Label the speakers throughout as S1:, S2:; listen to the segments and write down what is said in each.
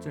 S1: 这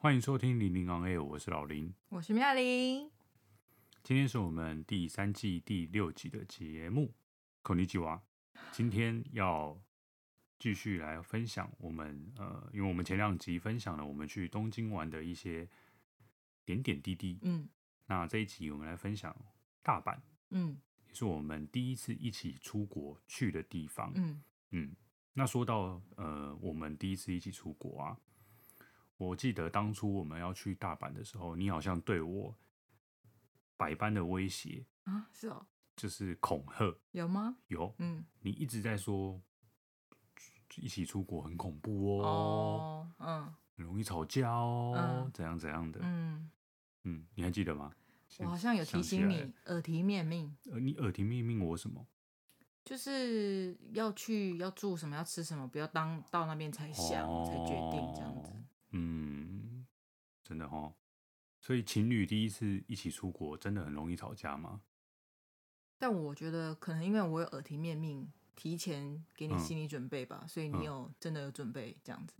S1: 欢迎收听《零零 on air》，我是老林。
S2: 我是妙玲，
S1: 今天是我们第三季第六集的节目，口尼基娃。今天要继续来分享我们呃，因为我们前两集分享了我们去东京玩的一些点点滴滴，
S2: 嗯
S1: 那这一集我们来分享大阪，
S2: 嗯
S1: 也是我们第一次一起出国去的地方。
S2: 嗯
S1: 嗯，那说到呃，我们第一次一起出国啊，我记得当初我们要去大阪的时候，你好像对我百般的威胁，
S2: 啊，是哦，
S1: 就是恐吓。
S2: 有吗？
S1: 有，
S2: 嗯
S1: 你一直在说一起出国很恐怖哦，
S2: 嗯
S1: 很容易吵架哦，
S2: 嗯
S1: 怎样怎样的。嗯
S2: 嗯，
S1: 你还记得吗？
S2: 我
S1: 现
S2: 好像有提
S1: 想起
S2: 醒
S1: 来
S2: 你，耳提面命，
S1: 呃，你耳提面命我什么？
S2: 就是要去要住什么要吃什么，不要当到那边才想、才决定这样子。
S1: 哦。嗯，真的哦。所以情侣第一次一起出国，真的很容易吵架吗？
S2: 但我觉得可能因为我有耳提面命，提前给你
S1: 嗯
S2: 心理准备吧，所以
S1: 嗯哦
S2: 你有、真的有准备这样子。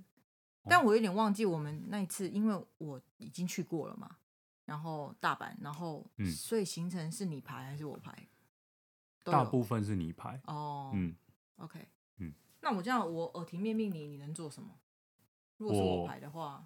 S2: 但我有点忘记我们那一次，因为我已经去过了嘛，然后大阪，然后、
S1: 嗯
S2: 所以行程是你排还是我排？都
S1: 大
S2: 有
S1: 部分是你排。
S2: 哦，
S1: 嗯，
S2: ，OK，
S1: 嗯，
S2: 那我这样我耳提面命你，你能做什么？如果是
S1: 我
S2: 我排的话，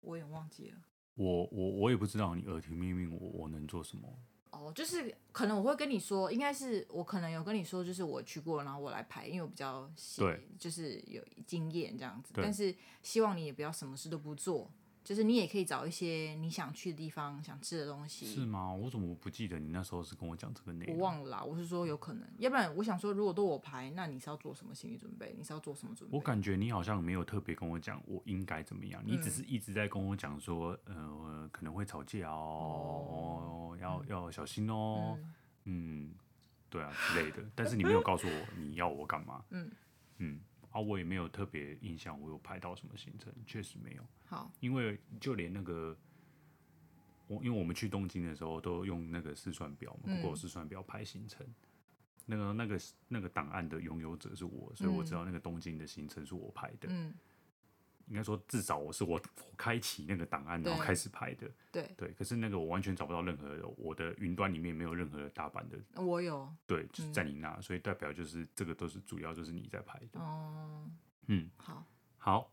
S2: 我有点忘记了。
S1: 我我我也不知道你耳提面命我我能做什么。
S2: 哦，就是可能我会跟你说，应该是我可能有跟你说，就是我去过，然后我来排，因为我比较喜
S1: 对，
S2: 就是有经验这样子。
S1: 对
S2: 但是希望你也不要什么事都不做，就是你也可以找一些你想去的地方、想吃的东
S1: 是
S2: 西。
S1: 吗？我怎么不记得你那时候是跟我讲这个内
S2: 我
S1: 容？
S2: 忘了啦，我是说有可能，要不然我想说，如果都我排，那你是要做什么心理准备？你是要做什么准备？
S1: 我感觉你好像没有特别跟我讲我应该怎么样，你只
S2: 嗯
S1: 是一直在跟我讲说，呃，可能会吵架哦，
S2: 哦
S1: 要
S2: 嗯
S1: 要小心哦，
S2: 嗯
S1: 嗯，对啊之类的。但是你没有告诉我你要我干嘛，
S2: 嗯
S1: 嗯，啊，我也没有特别印象，我有排到什么行程，确实没有，
S2: 好，
S1: 因为就连那个。我因为我们去东京的时候都用那个试算表嘛
S2: 嗯
S1: ，Google 试算表排行程，那个那个那个档案的拥有者是我，所以我知
S2: 嗯
S1: 道那个东京的行程是我排的。
S2: 嗯，
S1: 应该说至少我是我我开启那个档案，然后
S2: 对
S1: 开始拍的。
S2: 对，
S1: 对，可是那个我完全找不到任何的，我的云端里面没有任何的大版的，
S2: 我有，
S1: 对，就是
S2: 嗯
S1: 在你那，所以代表就是这个都是主要就是你在拍的。
S2: 哦，
S1: 嗯，
S2: 好，
S1: 好，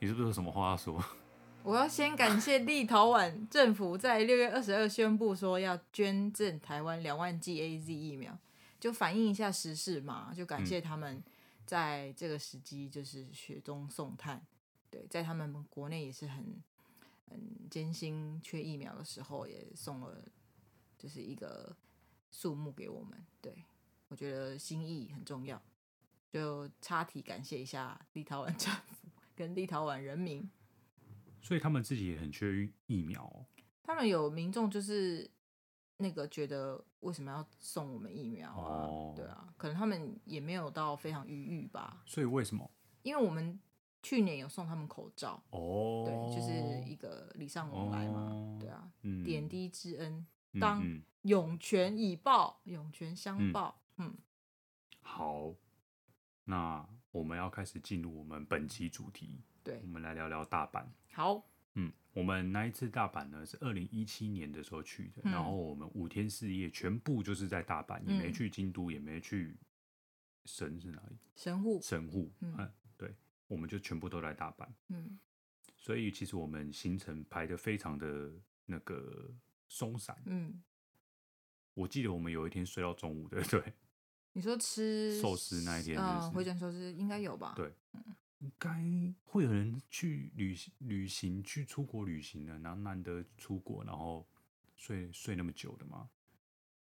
S1: 你是不是有什么话要说？
S2: 我要先感谢立陶宛政府在六月二十二宣布说要捐赠台湾两万剂 A Z 疫苗，就反映一下时事嘛，就感谢他们在这个时机就是雪中送炭。对，在他们国内也是很很艰辛缺疫苗的时候，也送了就是一个数目给我们。对我觉得心意很重要，就插题感谢一下立陶宛政府跟立陶宛人民。
S1: 所以他们自己也很缺疫苗、哦，
S2: 他们有民众就是那个觉得为什么要送我们疫苗啊？
S1: 哦
S2: 对啊，可能他们也没有到非常余裕吧，
S1: 所以为什么？
S2: 因为我们去年有送他们口罩，
S1: 哦，
S2: 对，就是一个礼尚往来嘛，
S1: 哦
S2: 对啊，
S1: 嗯
S2: 点滴之恩，
S1: 嗯
S2: 当
S1: 嗯
S2: 涌泉以报，涌泉相报，嗯
S1: 好，那我们要开始进入我们本期主题，
S2: 对
S1: 我，们来聊聊大阪。
S2: 好，
S1: 嗯，我们那一次大阪呢是二零一七年的时候去的，
S2: 嗯
S1: 然后我们五天四夜全部就是在大阪，也没
S2: 嗯
S1: 去京都，也没去神是哪里？
S2: 神户，
S1: 神户，嗯、
S2: 嗯
S1: 对，我们就全部都来大阪，
S2: 嗯
S1: 所以其实我们行程排的非常的那个松散。
S2: 嗯，
S1: 我记得我们有一天睡到中午，对不对？
S2: 你说吃
S1: 寿司那一天是不是
S2: 嗯，回转寿司应该有吧？
S1: 对应该会有人去旅行旅行去出国旅行的，然后难得出国，然后睡睡那么久的吗？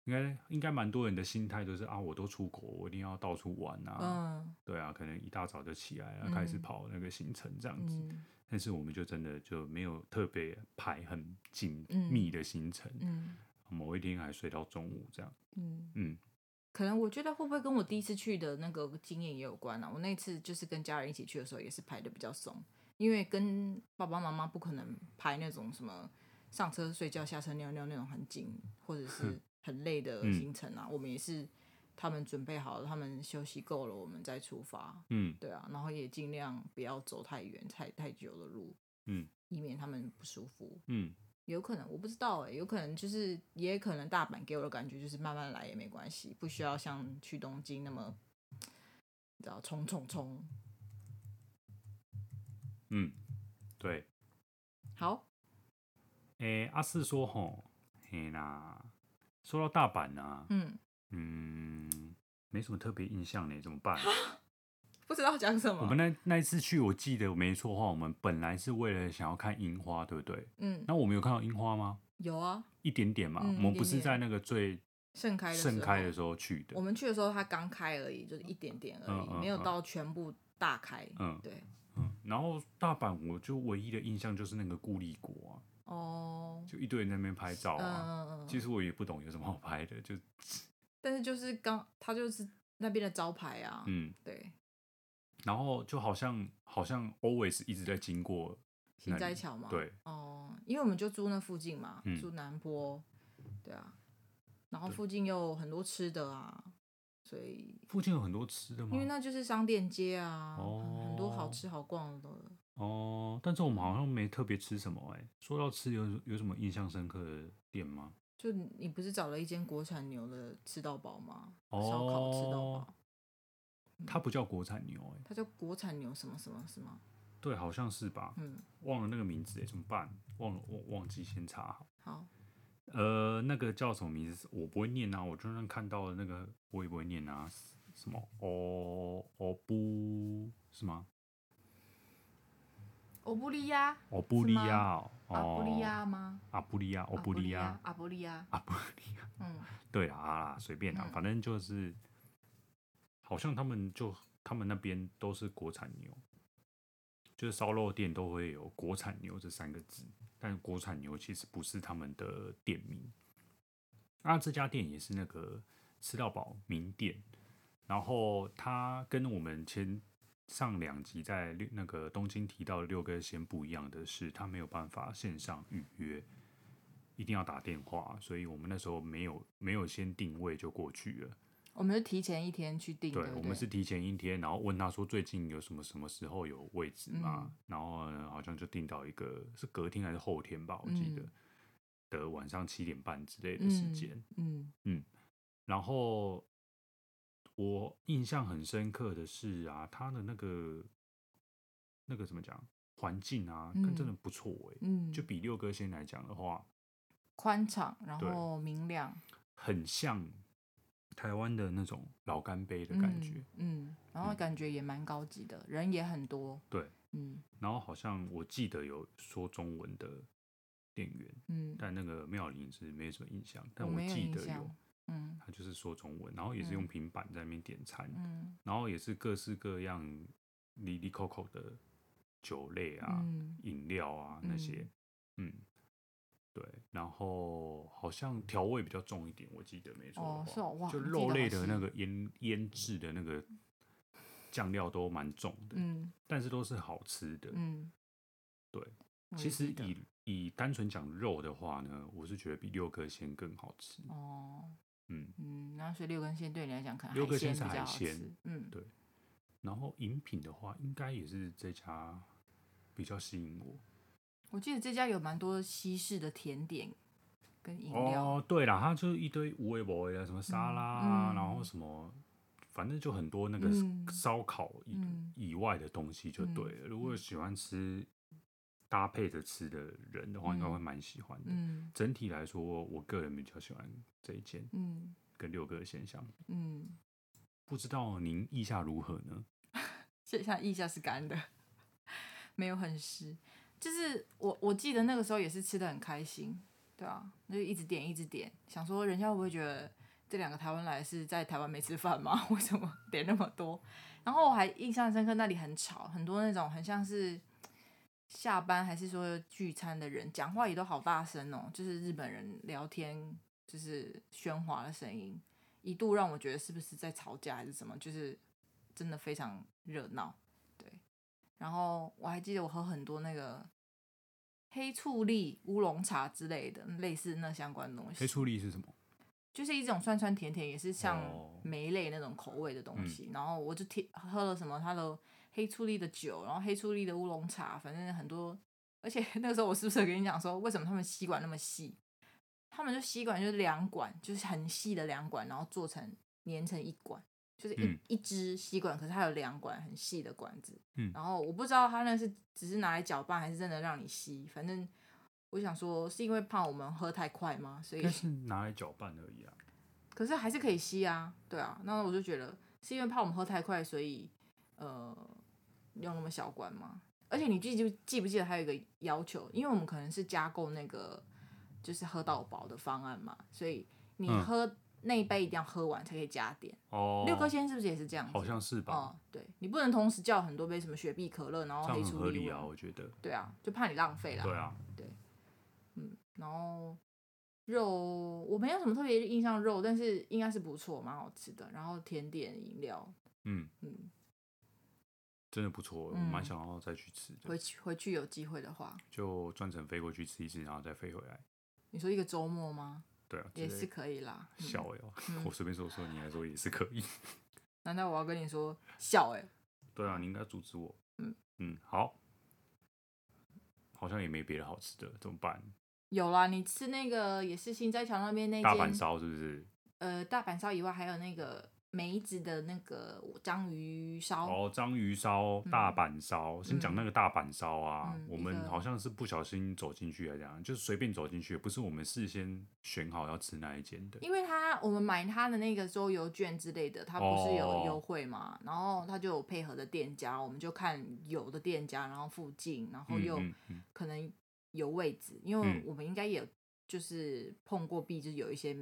S1: 应该应该蛮多人的心态就是啊，我都出国，我一定要到处玩啊，
S2: 嗯
S1: 对啊，可能一大早就起来啊，
S2: 嗯
S1: 开始跑那个行程这样子。
S2: 嗯
S1: 但是我们就真的就没有特别排很紧
S2: 嗯
S1: 密的行程，
S2: 嗯
S1: 某一天还睡到中午这样。
S2: 嗯，
S1: 嗯
S2: 可能我觉得会不会跟我第一次去的那个经验也有关啊？我那次就是跟家人一起去的时候，也是排的比较松，因为跟爸爸妈妈不可能排那种什么上车睡觉、下车尿尿那种很紧或者是很累的
S1: 嗯
S2: 行程啊。我们也是他们准备好了，他们休息够了，我们再出发。
S1: 嗯
S2: 对啊，然后也尽量不要走太远、太太久的路，
S1: 嗯，
S2: 以免他们不舒服。
S1: 嗯
S2: 有可能我不知道哎、有可能就是也可能大阪给我的感觉就是慢慢来也没关系，不需要像去东京那么，你知道冲冲冲。
S1: 嗯，对。
S2: 好，
S1: 诶、阿四说吼，嘿啦，说到大阪啊，
S2: 嗯，
S1: 嗯，没什么特别印象呢，怎么
S2: 啊
S1: 办？
S2: 不知道讲什
S1: 我
S2: 么
S1: 们。那那一次去，我记得没错的话，我们本来是为了想要看樱花，对不对？
S2: 嗯，
S1: 那我们有看到樱花吗？
S2: 有啊，
S1: 一点点嘛，
S2: 嗯
S1: 我们不是
S2: 一点点
S1: 在那个最
S2: 盛开的
S1: 盛开的
S2: 时
S1: 时候去
S2: 候，我
S1: 的，
S2: 们去的时候它刚开而已，就是一点点而已，
S1: 嗯嗯
S2: 没有
S1: 嗯
S2: 到全部大开。
S1: 嗯
S2: 对，
S1: 嗯。然后大阪，我就唯一的印象就是那个孤立国啊，
S2: 哦，
S1: 就一堆人在那边拍照
S2: 嗯
S1: 啊。
S2: 嗯嗯嗯，
S1: 其实我也不懂有什么好拍的，就
S2: 但是就是刚它就是那边的招牌啊，
S1: 嗯，
S2: 对，
S1: 然后就好像好像 always 一直在经过那
S2: 新
S1: 里
S2: 斋桥嘛，
S1: 对，
S2: 哦，因为我们就住那附近嘛，
S1: 嗯
S2: 住南坡，对啊，然后
S1: 对
S2: 附近又有很多吃的啊，所以
S1: 附近有很多吃的吗
S2: 因为？那就是商店街啊，很很多好
S1: 啊哦
S2: 吃好逛的。
S1: 哦，但是我们好像没特别吃什么哎、说到吃有，有什么印象深刻的店吗？
S2: 就你你不是找了一间国产牛的吃到饱吗？烧、
S1: 哦
S2: 烤吃到饱，
S1: 它不叫国产牛哎、
S2: 它叫国产牛什么什么什么，
S1: 对，好像是吧？
S2: 嗯，
S1: 忘了那个名字哎、怎么办？忘了忘忘记先查好。
S2: 好，
S1: 呃，那个叫什么名字？我不会念啊，我就算看到了那个我也不会念啊。什么？哦哦不是吗？
S2: 欧布利亚，
S1: 哦布利
S2: 是
S1: 亚
S2: 吗
S1: 哦，
S2: 阿布利
S1: 哦，
S2: 亚吗？
S1: 阿布利亚，哦
S2: 阿
S1: 布利亚，
S2: 阿布利亚，
S1: 阿布利亚。
S2: 嗯，
S1: 对啦啊啦，随便啦，
S2: 嗯
S1: 反正就是，好像他们就他们那边都是国产牛，就是烧肉店都会有“国产牛”这三个字，但国产牛其实不是他们的店名。那这家店也是那个吃到饱名店，然后它跟我们前上两集在六那个东京提到的六根弦不一样的是，它没有办法线上预约，一定要打电话，所以我们那时候没有没有先定位就过去了。
S2: 我们是提前一天去订，
S1: 对，
S2: 不
S1: 我们是提前一天，然后问他说最近有什么什么时候有位置吗？
S2: 嗯
S1: 然后呢，好像就定到一个是隔天还是后天吧，我记得、
S2: 嗯
S1: 的晚上七点半之类的时间。
S2: 嗯
S1: 然后我印象很深刻的是啊，它的那个那个怎么讲环境啊，
S2: 嗯
S1: 跟真的不错哎、
S2: 嗯，
S1: 就比六哥先来讲的话，
S2: 宽敞，然
S1: 对
S2: 后明亮
S1: 很像台湾的那种老干杯的感觉。
S2: 嗯，嗯，然后
S1: 嗯
S2: 感觉也蛮高级的，人也很多，
S1: 对，
S2: 嗯
S1: 然后好像我记得有说中文的店员，
S2: 嗯，
S1: 但那个妙龄是没什么印象，但
S2: 我
S1: 我
S2: 没有
S1: 记
S2: 印
S1: 得有
S2: 象，嗯
S1: 他就是说中文，然后也是用
S2: 嗯
S1: 平板在那边点餐，
S2: 嗯
S1: 然后也是各式各样里里口口的酒类啊、
S2: 嗯
S1: 饮料啊那些，嗯。对，然后好像调味比较重一点，我记得没错的
S2: 哦
S1: 话
S2: 是哦哇
S1: 就
S2: 你记
S1: 肉
S2: 得
S1: 类
S2: 好
S1: 的
S2: 细
S1: 那个腌腌制的那个酱料都蛮重的，
S2: 嗯
S1: 但是都是好吃的。
S2: 嗯，
S1: 对
S2: 我
S1: 其
S2: 也
S1: 实
S2: 记得
S1: 以以单纯讲肉的话呢，我是觉得比六哥鲜更好吃。
S2: 哦
S1: 嗯，
S2: 嗯，然后所以六根线对你来讲可能
S1: 六
S2: 海
S1: 根线
S2: 鲜
S1: 是
S2: 比
S1: 海
S2: 较好
S1: 鲜
S2: 吃，嗯
S1: 对然后饮品的话，应该也是这家比较吸引我。
S2: 我记得这家有蛮多西式的甜点跟饮料，
S1: 哦，对啦，它就是一堆无味不味的，什么沙拉啊，
S2: 嗯
S1: 然后什么，反正就很多那个
S2: 嗯
S1: 烧烤以、
S2: 嗯
S1: 以外的东西就对了。如果喜欢吃搭配着吃的人的话，应该会蛮喜欢的。
S2: 嗯
S1: 整体来说，我个人比较喜欢这一间，
S2: 嗯
S1: 跟六哥的现象。
S2: 嗯，
S1: 不知道您意下如何呢？
S2: 现在腋下是干的， 没有很湿。就是我我记得那个时候也是吃的很开心，对啊，就一直点一直点，想说人家会不会觉得这两个台湾来是在台湾没吃饭吗？ 为什么点那么多？然后我还印象深刻，那里很吵，很多那种很像是下班还是说聚餐的人，讲话也都好大声哦，就是日本人聊天就是喧哗的声音，一度让我觉得是不是在吵架还是什么，就是真的非常热闹。对，然后我还记得我喝很多那个黑醋栗乌龙茶之类的，类似那相关的东西。
S1: 黑醋栗是什么？
S2: 就是一种酸酸甜甜，也是像
S1: 哦嗯
S2: 梅类那种口味的东西。然后我就听喝了什么它的黑醋栗的酒，然后黑醋栗的乌龙茶，反正很多。而且 那个时候我是不是有跟你讲说，为什么他们吸管那么细？他们就吸管就是两管，就是很细的两管，然后做成粘成一管，就是一、
S1: 嗯
S2: 一支吸管，可是它有两管很细的管子。
S1: 嗯
S2: 然后我不知道它那是只是拿来搅拌，还是真的让你吸。反正我想说，是因为怕我们喝太快 吗？所以
S1: 但是拿来搅拌而已啊。
S2: 可是还是可以吸啊，对啊。那我就觉得是因为怕我们喝太快，所以呃用那么小罐嘛。而且你记就记不记得还有一个要求，因为我们可能是加购那个就是喝到饱的方案嘛，所以你
S1: 嗯
S2: 喝、那一杯一定要喝完才可以加点。
S1: 哦，
S2: 六颗星是不是也是这样子？
S1: 好像是吧？
S2: 哦，对，你不能同时叫很多杯什么雪碧、可乐，然后
S1: 这样
S2: 黑
S1: 很
S2: 醋
S1: 合
S2: 栗
S1: 理
S2: 乌
S1: 啊，
S2: 龙。
S1: 我觉得。
S2: 对啊，就怕你浪费啦。
S1: 对啊，
S2: 然后肉我没有什么特别印象肉，但是应该是不错，蛮好吃的。然后甜点、饮料，
S1: 嗯，
S2: 嗯，
S1: 真的不错，我
S2: 嗯
S1: 蛮想要再去吃的，
S2: 回去回去有机会的话，
S1: 就专程飞过去吃一次，然后再飞回来。
S2: 你说一个周末吗？
S1: 对啊，
S2: 也
S1: 之类
S2: 是可以啦。嗯
S1: 小哎、哦，
S2: 嗯
S1: 我随便说说，你来说也是可以。
S2: 难道我要跟你说笑、欸？
S1: 对啊，你应该阻止我。
S2: 嗯
S1: 嗯，好，好像也没别的好吃的，怎么办？
S2: 有啦，你吃那个也是新斋桥那边那
S1: 大阪
S2: 间，
S1: 烧是不是？
S2: 呃，大阪烧以外，还有那个梅子的那个章鱼烧，
S1: 哦，章鱼烧、大阪烧，先讲那个大阪烧啊。
S2: 嗯
S1: 我
S2: 一
S1: 们
S2: 个
S1: 好像是不小心走进去来讲，就是随便走进去，不是我们事先选好要吃哪一间的。
S2: 因为他我们买他的那个周游券之类的，他不是
S1: 哦
S2: 有优惠嘛，然后他就有配合的店家，我们就看有的店家，然后附近，然后
S1: 嗯
S2: 又
S1: 嗯嗯
S2: 可能有位置，因为
S1: 嗯
S2: 我们应该也有就是碰过壁，就是有一些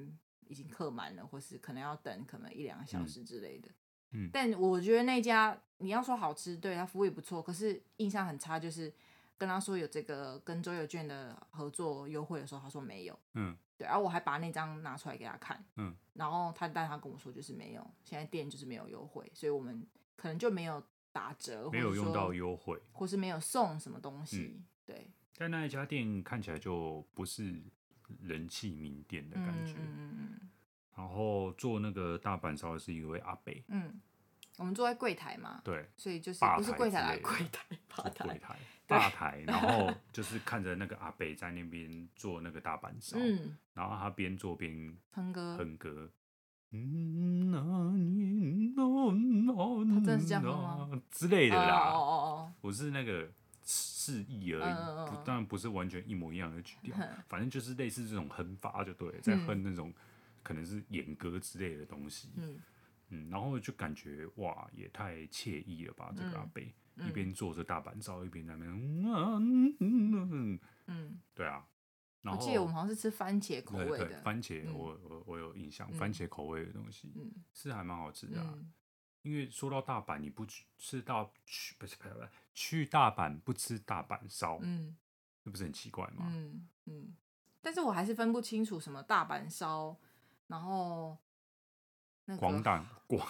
S2: 已经客满了，或是可能要等可能一两个小时之类的。
S1: 嗯
S2: 但我觉得那家你要说好吃，对它服务也不错，可是印象很差，就是跟他说有这个跟周游券的合作优惠的时候，他说没有。
S1: 嗯，
S2: 对，然后我还把那张拿出来给他看，
S1: 嗯，
S2: 然后他但他跟我说就是没有，现在店就是没有优惠，所以我们可能就没有打折，
S1: 没有用嗯
S2: 或
S1: 到
S2: 者说
S1: 优惠，
S2: 或是没有送什么东西，对，
S1: 但那一家店看起来就不是人气名店的感觉。
S2: 嗯嗯
S1: 然后做那个大阪烧的是一位阿北，
S2: 嗯嗯，我们坐在柜台嘛，
S1: 对，
S2: 所以就是
S1: 吧
S2: 不是
S1: 台
S2: 柜
S1: 之
S2: 台啦，
S1: 类的
S2: 柜台吧
S1: 做柜
S2: 台，
S1: 台
S2: 对
S1: 吧台，然后就是看着那个阿北在那边做那个大阪烧，
S2: 嗯，
S1: 然后他边做边
S2: 亨哥，
S1: 哼歌。嗯，那你他
S2: 真的是这样哼吗？
S1: 之类的啦，
S2: 哦哦
S1: 我是那个示意而
S2: 嗯
S1: 已，
S2: 嗯嗯
S1: 不当然不是完全一模一样的曲调
S2: 哼，
S1: 反正就是类似这种哼法就对了，在
S2: 嗯
S1: 哼那种可能是演歌之类的东西，
S2: 嗯
S1: 嗯，然后就感觉哇，也太惬意了吧，
S2: 嗯
S1: 这个阿贝。一边做着大阪烧，一边在那边，嗯啊嗯嗯嗯，
S2: 嗯
S1: 对啊。
S2: 嗯，
S1: 然
S2: 我
S1: 后
S2: 记得我们好像是吃番茄口
S1: 对
S2: 味
S1: 对
S2: 的，
S1: 番茄，
S2: 嗯
S1: 我我我有印象，
S2: 嗯
S1: 番茄口味的东西
S2: 嗯
S1: 是还蛮好吃的啊。
S2: 嗯，
S1: 因为说到大阪，你不去吃到去不是不是不是去大阪不吃大阪烧，
S2: 嗯
S1: 那不是很奇怪吗？
S2: 嗯，嗯，但是我还是分不清楚什么大阪烧，然后那个
S1: 广岛广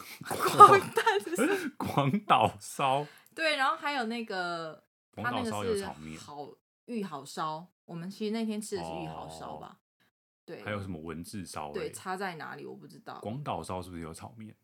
S2: 广蛋是什么
S1: 广岛烧，
S2: 对，然后还有那个
S1: 广
S2: 它那
S1: 岛烧
S2: 个
S1: 有
S2: 是
S1: 炒面，
S2: 好玉好烧，我们其实那天吃的是玉好烧
S1: 哦
S2: 吧？对，
S1: 还有什么文字烧、
S2: 对
S1: 欸？
S2: 差在哪里我不知道，
S1: 广岛烧是不是有炒面？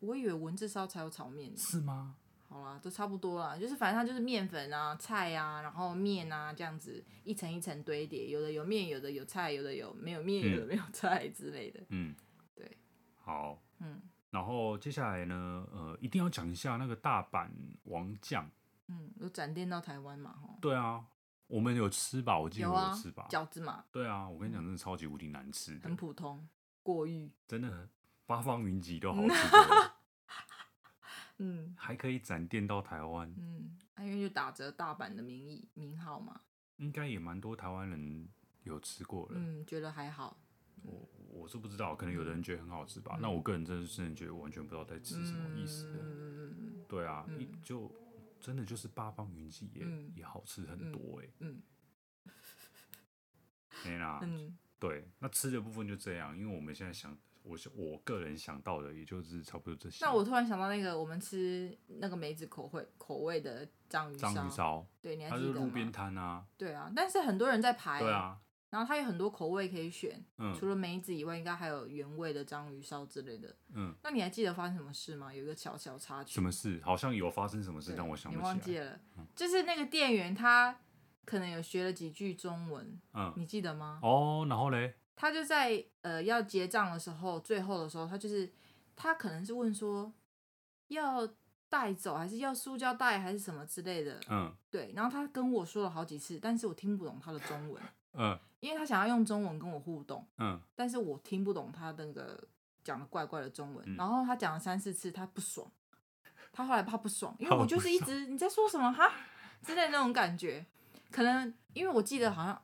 S2: 我以为文字烧才有炒面呢。
S1: 是吗？
S2: 好啦，都差不多啦，就是反正它就是面粉啊、菜啊，然后面啊这样子一层一层堆叠，有的有面，有的有菜，有的有没有面，有的没有菜之类的。
S1: 嗯，
S2: 对，
S1: 好，
S2: 嗯
S1: 然后接下来呢，呃，一定要讲一下那个大阪王酱。
S2: 嗯，有展店到台湾嘛？吼。
S1: 对啊，我们有吃吧？我记得
S2: 有
S1: 我
S2: 啊
S1: 有吃吧？，
S2: 饺子嘛，
S1: 对啊，我跟你讲，真的超级无敌难吃的
S2: 很，普通，过誉。
S1: 真的很八方云集都好吃多 了，
S2: 嗯
S1: 还可以展店到台湾，
S2: 嗯，啊因为就打着大阪的名义名号嘛，
S1: 应该也蛮多台湾人有吃过了。
S2: 嗯嗯，觉得还好。
S1: 我我是不知道，可能有的人觉得很好吃吧。那我个人真的是真的觉得完全不知道在吃什么意思的。
S2: 嗯
S1: 对啊，一就真的就是八方云集也、
S2: 嗯
S1: 也好吃很多哎、
S2: 嗯
S1: 没啦，
S2: 嗯
S1: 对，那吃的部分就这样，因为我们现在想，我是我个人想到的，也就是差不多这些。
S2: 那我突然想到那个我们吃那个梅子口味口味的章鱼
S1: 章鱼
S2: 烧，
S1: 烧，
S2: 对，你还
S1: 它是
S2: 记得
S1: 路边
S2: 吗？
S1: 摊啊，
S2: 对啊，但是很多人在排，
S1: 对，啊，
S2: 然后它有很多口味可以选，除
S1: 嗯
S2: 了梅子以外，应该还有原味的章鱼烧之类的。
S1: 嗯，
S2: 那你还记得发生什么事吗？有一个小小插曲，
S1: 什么事？好像有发生什么事，
S2: 对
S1: 但我想
S2: 你
S1: 不
S2: 忘
S1: 起
S2: 记
S1: 来。嗯
S2: 了，就是那个店员他可能有学了几句中文，
S1: 嗯，
S2: 你记得吗？
S1: 哦，然后嘞，
S2: 他就在呃要结账的时候，最后的时候，他就是他可能是问说要带走还是要塑胶袋还是什么之类的，
S1: 嗯
S2: 对。然后他跟我说了好几次，但是我听不懂他的中文，
S1: 嗯
S2: 因为他想要用中文跟我互动，
S1: 嗯，
S2: 但是我听不懂他那个讲的怪怪的中文。
S1: 嗯
S2: 然后他讲了三四次，他不爽，他后来他不爽，因为
S1: 他
S2: 我
S1: 不
S2: 就是一直你在说什么哈之类的那种感觉。可能因为我记得好像，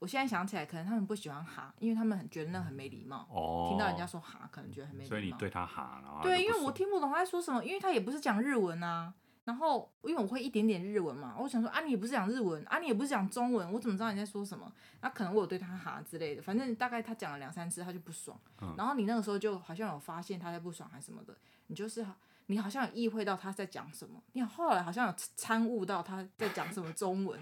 S2: 我现在想起来，可能他们不喜欢哈，因为他们很觉得那很没礼貌。
S1: 哦，
S2: 听到人家，说哈，可能觉得很没礼貌。
S1: 所以你对他哈，然后他
S2: 对，
S1: 就
S2: 因
S1: 啊不
S2: 为我
S1: 爽
S2: 听不懂他在说什么，因为他也不是讲日文啊。然后因为我会一点点日文嘛，我想说啊，你也不是讲日文啊，你也不是讲中文，我怎么知道你在说什么？那、可能我有对他哈之类的，反正大概他讲了两三次，他就不爽。
S1: 嗯
S2: 然后你那个时候就好像有发现他在不爽还是什么的，你就是你好像有意会到他在讲什么，你后来好像有参悟到他在讲什么中文，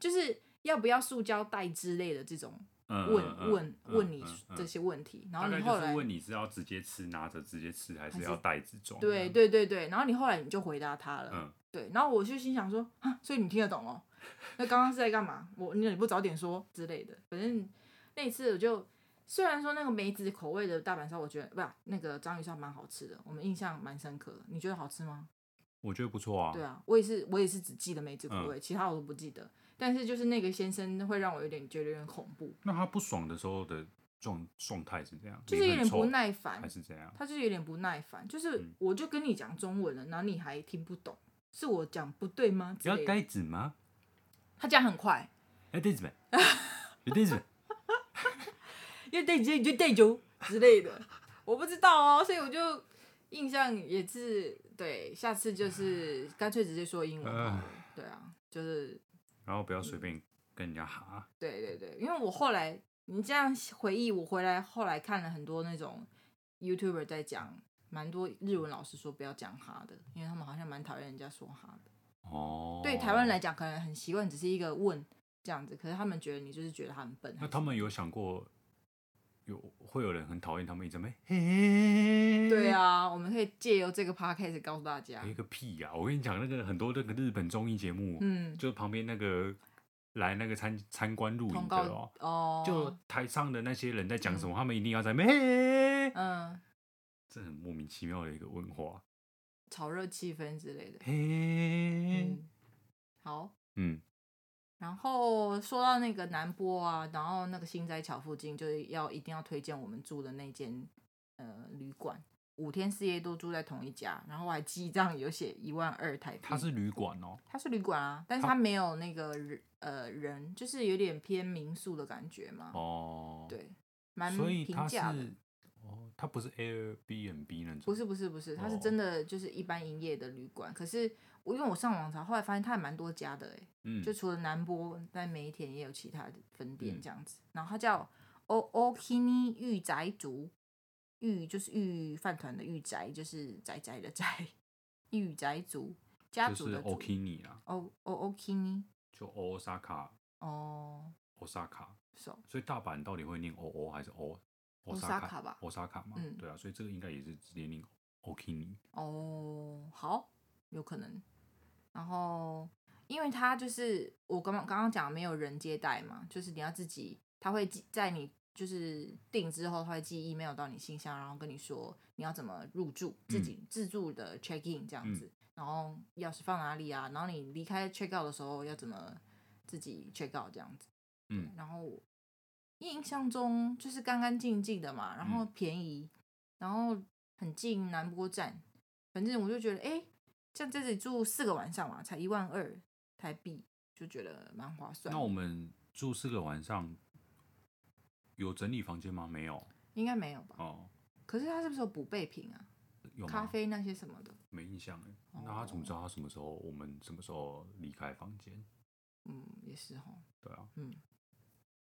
S2: 就是要不要塑胶袋之类的这种
S1: 嗯
S2: 问、
S1: 嗯嗯
S2: 问、
S1: 嗯
S2: 问你
S1: 嗯嗯
S2: 这些问题，然后
S1: 大概
S2: 你
S1: 就
S2: 后
S1: 是
S2: 来
S1: 问你是要直接吃，拿着直接吃，还是
S2: 是
S1: 要袋子装？
S2: 对，对对对，然后你后来你就回答他了，
S1: 嗯
S2: 对，然后我就心想说啊，所以你听得懂哦？那刚刚是在干嘛？我你你不早点说之类的，反正那一次我就虽然说那个梅子口味的大阪烧，我觉得不、那个章鱼烧蛮好吃的，我们印象蛮深刻的。你觉得好吃吗？
S1: 我觉得不错啊。
S2: 对啊，我也是，我也是只记得梅子
S1: 嗯
S2: 口味，其他我都不记得。但是就是那个先生会让我有点觉得有点恐怖，
S1: 那他不爽的时候的状状态是怎样？
S2: 就是有
S1: 脸
S2: 点
S1: 很臭啊
S2: 不耐烦
S1: 还，是怎样？
S2: 他就是有点不耐烦，就是我就跟你讲中文了，然后你还听不懂，是我讲不对吗？之
S1: 要
S2: 类的。
S1: 袋子吗？
S2: 他讲很快，
S1: 要袋子没？有袋子没？
S2: 因为带酒你就带酒之类的，我不知道哦，所以我就印象也是对，下次就是干脆直接说英文好了，对啊，就是
S1: 然后不要随便跟人家哈。
S2: 对对对，因为我后来你这样回忆，我回来后来看了很多那种 YouTuber 在讲，蛮多日文老师说不要讲哈的，因为他们好像蛮讨厌人家说哈的。
S1: 哦，
S2: 对台湾，来讲，可能很习惯只是一个问这样子，可是他们觉得你就是觉得他很笨。
S1: 那他们有想过有会有人很讨厌他们一直没？嘿
S2: 对，啊，我们可以借由这个 podcast 告诉大家，
S1: 一个屁呀！我跟你讲，那个很多那个日本综艺节目，
S2: 嗯，
S1: 就旁边那个来那个参参观录
S2: 通
S1: 影的
S2: 告
S1: 哦。
S2: 哦，
S1: 就台上的那些人在讲什么，他们一定要在咩，
S2: 嗯，
S1: 这很莫名其妙的一个文化。
S2: 炒热气氛之类的。
S1: 嘿，
S2: 嗯，好。
S1: 嗯
S2: 然后说到那个南波啊，然后那个新斋桥附近，就是要一定要推荐我们住的那间呃旅馆，五天四夜都住在同一家，然后我还记账有写一万二台币。
S1: 它是旅馆哦，
S2: 它是旅馆啊，但是
S1: 它
S2: 它没有那个人呃人，就是有点偏民宿的感觉嘛。
S1: 哦，，
S2: 嗯对，蛮
S1: 所以
S2: 平
S1: 它
S2: 价的。
S1: 是哦，它不是 Airbnb 那种，
S2: 不是不是不是，它是
S1: 哦
S2: 真的就是一般营业的旅馆。可是我因为我上网查，后来发现它还蛮多家的哎、
S1: 嗯，
S2: 就除了南波，在梅田也有其他的分店
S1: 嗯
S2: 这样子。然后它叫 O O Kini 御宅族，御就是御饭团的御宅，就是宅宅的宅，御宅族家
S1: 就
S2: 族哦
S1: 是
S2: 的族。
S1: Okini 啦，
S2: O O O Kini
S1: 就 Osaka
S2: 哦，
S1: Osaka，
S2: 手
S1: 所以大阪到底会念 O O 还是 O
S2: Osaka 吧
S1: ？Osaka 嘛
S2: 嗯，
S1: 对啊，所以这个应该也是直接念 Okini，
S2: 哦，好，有可能。然后，因为他就是我刚刚刚刚讲的没有人接待嘛，就是你要自己，他会寄在你就是订之后，他会寄 email 到你信箱，然后跟你说你要怎么入住，自己自助的 check in 这样子，然后钥匙放哪里啊，然后你离开 check out 的时候要怎么自己 check out 这样子。
S1: 嗯
S2: 然后印象中就是干干净净的嘛，然
S1: 嗯
S2: 后便宜，然后很近南波站，反正我就觉得，哎、像在这里住四个晚上嘛，才一万二台币，就觉得蛮划算。
S1: 那我们住四个晚上，有整理房间吗？没有，
S2: 应该没有吧？
S1: 哦，
S2: 可是他是不是有补备品啊？
S1: 有
S2: 咖
S1: 吗？
S2: 啡那些什么的？
S1: 没印象哎。那他怎么知道他什么时候我们什么时候离开房间？
S2: 嗯，也是哈，
S1: 对啊，
S2: 嗯，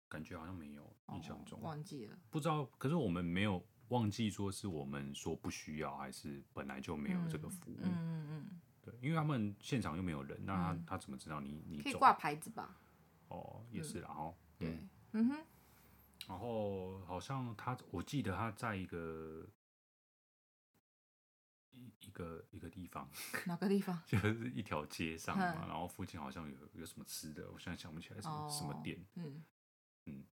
S1: 感觉好像没有
S2: 哦
S1: 印象中，
S2: 忘记了。
S1: 不知道。可是我们没有忘记说是我们说不需要，还是本来就没有这个服务？
S2: 嗯嗯嗯
S1: 对，因为他们现场又没有人，那他、
S2: 嗯
S1: 他怎么知道你你
S2: 嗯，可以
S1: 走？
S2: 挂牌子吧？
S1: 哦，也是啦哦。
S2: 对
S1: 嗯，
S2: 嗯哼，
S1: 然后好像他，我记得他在一个一一个一个地方，
S2: 哪个地方？
S1: 就是一条街上嘛，
S2: 嗯
S1: 然后附近好像有有什么吃的，我现在想不起来什么、什么
S2: 哦
S1: 店，
S2: 嗯，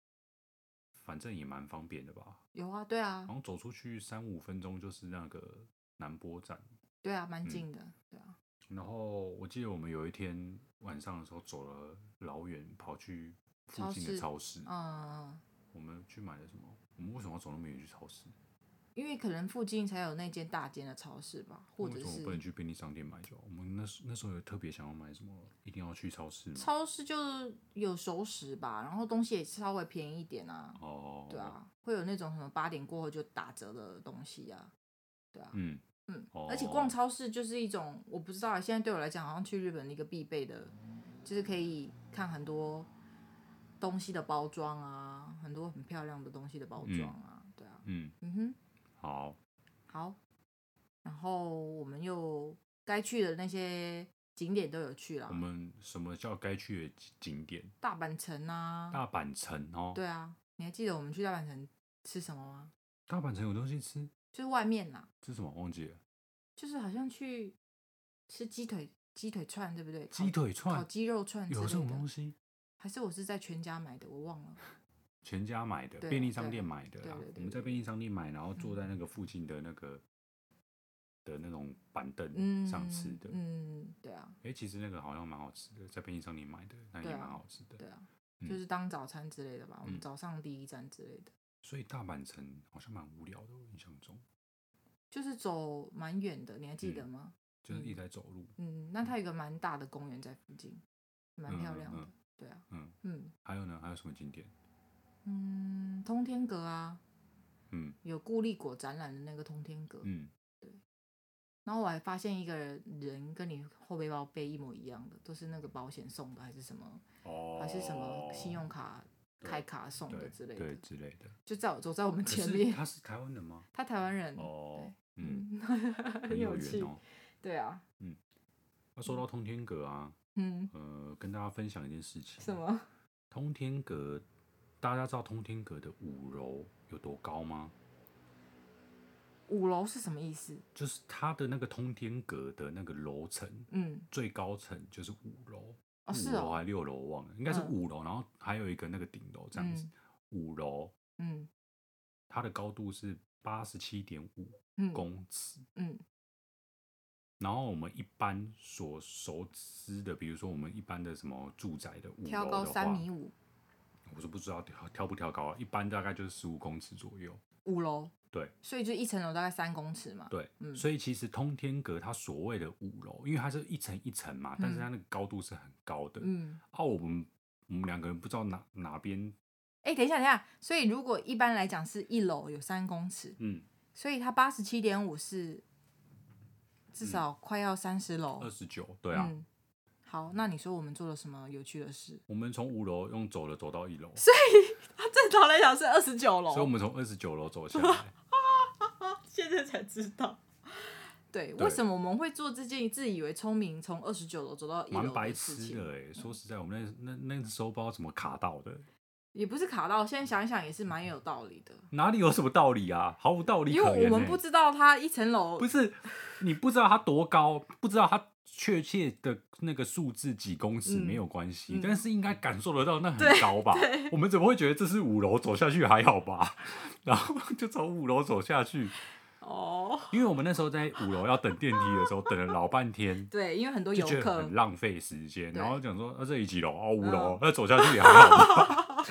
S1: 反正也蛮方便的吧。
S2: 有啊，对啊
S1: 然，后走出去三五分钟就是那个南波站，
S2: 对啊，
S1: 嗯
S2: 蛮近的，对啊，
S1: 然后我记得我们有一天晚上的时候走了老远，跑去附
S2: 超
S1: 近的
S2: 市
S1: 超市，
S2: 嗯，嗯
S1: 我们去买了什么？我们为什么要走那么远去超市？
S2: 因为可能附近才有那间大间的超市吧，或
S1: 为
S2: 者
S1: 什么不能
S2: 是
S1: 去便利商店买就好？我们那时那时候有特别想要买什么，一定要去超市吗？
S2: 超市就是有熟食吧，然后东西也稍微便宜一点啊，
S1: 哦，
S2: 对，啊，会有那种什么八点过后就打折的东西啊，对啊，
S1: 嗯，
S2: 嗯，
S1: 哦
S2: 而且逛超市就是一种我不知道啊，现在对我来讲好像去日本的一个必备的，就是可以看很多东西的包装啊，很多很漂亮的东西的包装啊，对啊，
S1: 嗯，
S2: 嗯哼，
S1: 好，
S2: 好，然后我们又该去的那些景点都有去啦
S1: 我，们什么叫该去的景景点？
S2: 大阪城啊，
S1: 大阪城哦，
S2: 对啊，你还记得我们去大阪城吃什么吗？
S1: 大阪城有东西吃，
S2: 就是外面啦，
S1: 吃什么忘记了？
S2: 就是好像去吃鸡腿鸡腿串，对不对？
S1: 鸡腿
S2: 烤烤
S1: 串
S2: 鸡肉串之
S1: 有这种
S2: 类
S1: 东
S2: 的，
S1: 西，
S2: 还是我是在全家买的，我忘 了。
S1: 全家买的，
S2: 对
S1: 便利
S2: 对
S1: 商店买的
S2: 对
S1: 啦
S2: 对对。嗯
S1: 我们在便利商店买，然后坐在那个附近的那个的那种板凳
S2: 嗯，
S1: 上吃的。
S2: 嗯，对啊，
S1: 哎，其实那个好像蛮好吃的，在便利商店买的，那也
S2: 对啊
S1: 蛮好吃的。
S2: 对啊，
S1: 嗯
S2: 就是当早餐之类的吧，我们
S1: 嗯
S2: 早上第一站之类的，
S1: 所以大阪城好像蛮无聊的，我印象中
S2: 就是走蛮远的，你还记得
S1: 嗯
S2: 吗？
S1: 就是一直在走路。
S2: 嗯，那它有一个蛮大的公园在附近，蛮漂亮
S1: 嗯嗯
S2: 的
S1: 嗯。
S2: 对啊，
S1: 嗯，
S2: 嗯
S1: 还有呢？还有什么景点？
S2: 嗯，通天阁啊，
S1: 嗯
S2: 有固力果展览的那个通天阁。
S1: 嗯，
S2: 然后我还发现一个人跟你后背包背一模一样的，都是那个保险送的，还是什么，
S1: 哦
S2: 还是什么信用卡开卡送的
S1: 对
S2: 之类
S1: 对
S2: 的，
S1: 之类的。
S2: 就在我走在我们
S1: 可
S2: 前
S1: 是
S2: 面。
S1: 他是台湾人吗？
S2: 他台湾人，
S1: 哦，嗯，
S2: 嗯，
S1: 很
S2: 很
S1: 有
S2: 趣
S1: 缘。哦。
S2: 对啊，
S1: 那说到通天阁啊，
S2: 嗯，
S1: 呃，跟大家分享一件事情。
S2: 什？么？
S1: 通天阁，大家知道通天阁的五楼有多高吗？
S2: 五楼是什么意思？
S1: 就是它的那个通天阁的那个楼层，
S2: 嗯，
S1: 最高层就是五楼，五
S2: 哦，是
S1: 楼
S2: 哦，
S1: 还六楼我忘了，应该是
S2: 嗯
S1: 五楼，然后还有一个那个顶楼这样子
S2: 嗯。
S1: 五楼
S2: 嗯
S1: 它的高度是八十七点五
S2: 嗯
S1: 公尺，
S2: 嗯
S1: 然后我们一般所熟知的，比如说我们一般的什么住宅的五
S2: 挑
S1: 楼
S2: 高
S1: 的
S2: 三
S1: 话，
S2: 米五，
S1: 我是不知道挑挑不挑高啊，一般大概就是十五公尺左右。
S2: 五楼，
S1: 对，
S2: 所以就一层楼大概三公尺嘛。
S1: 对，
S2: 嗯
S1: 所以其实通天阁它所谓的五楼，因为它是一层一层嘛，但是它那个高度是很高的。
S2: 嗯，
S1: 啊，我们我们两个人不知道哪哪边，
S2: 哎，等一下，等一下，所以如果一般来讲是一楼有三公尺，
S1: 嗯，
S2: 所以它八十七点五是至少快要三十楼
S1: 嗯二。十九，对啊，
S2: 嗯，好，那你说我们做了什么有趣的 事？
S1: 我们从五楼用走了走到一楼，
S2: 正常来讲是二十九楼，
S1: 所以我们从二十九楼走下 来。
S2: 现在才知道。对，
S1: 对
S2: 为什么我们会做这件自以为聪明，从二十九楼走到一
S1: 蛮
S2: 楼
S1: 白
S2: 的事
S1: 痴
S2: 情？
S1: 的哎、说实在，我们那那那时候不知道怎么卡到的，
S2: 也不是卡到，现在想一想也是蛮有道理的，
S1: 哪里有什么道理啊？毫无道理
S2: 因
S1: 可
S2: 为
S1: 言、欸。
S2: 我们不知道它一层楼
S1: 不是你不知道它多高，不知道它确切的那个数字几公尺
S2: 嗯
S1: 没有关系，
S2: 嗯
S1: 但是应该感受得到那很高吧？我们怎么会觉得这是五楼走下去还好吧？然后就从五楼走下去，
S2: 哦，
S1: 因为我们那时候在五楼要等电梯的时候，等了老半天。
S2: 对，因为很多
S1: 就
S2: 游
S1: 觉得
S2: 客
S1: 很，浪费时间，
S2: 对
S1: 然后讲说，啊，这里几楼？哦，五楼
S2: 嗯，
S1: 那、走下去也还好吧。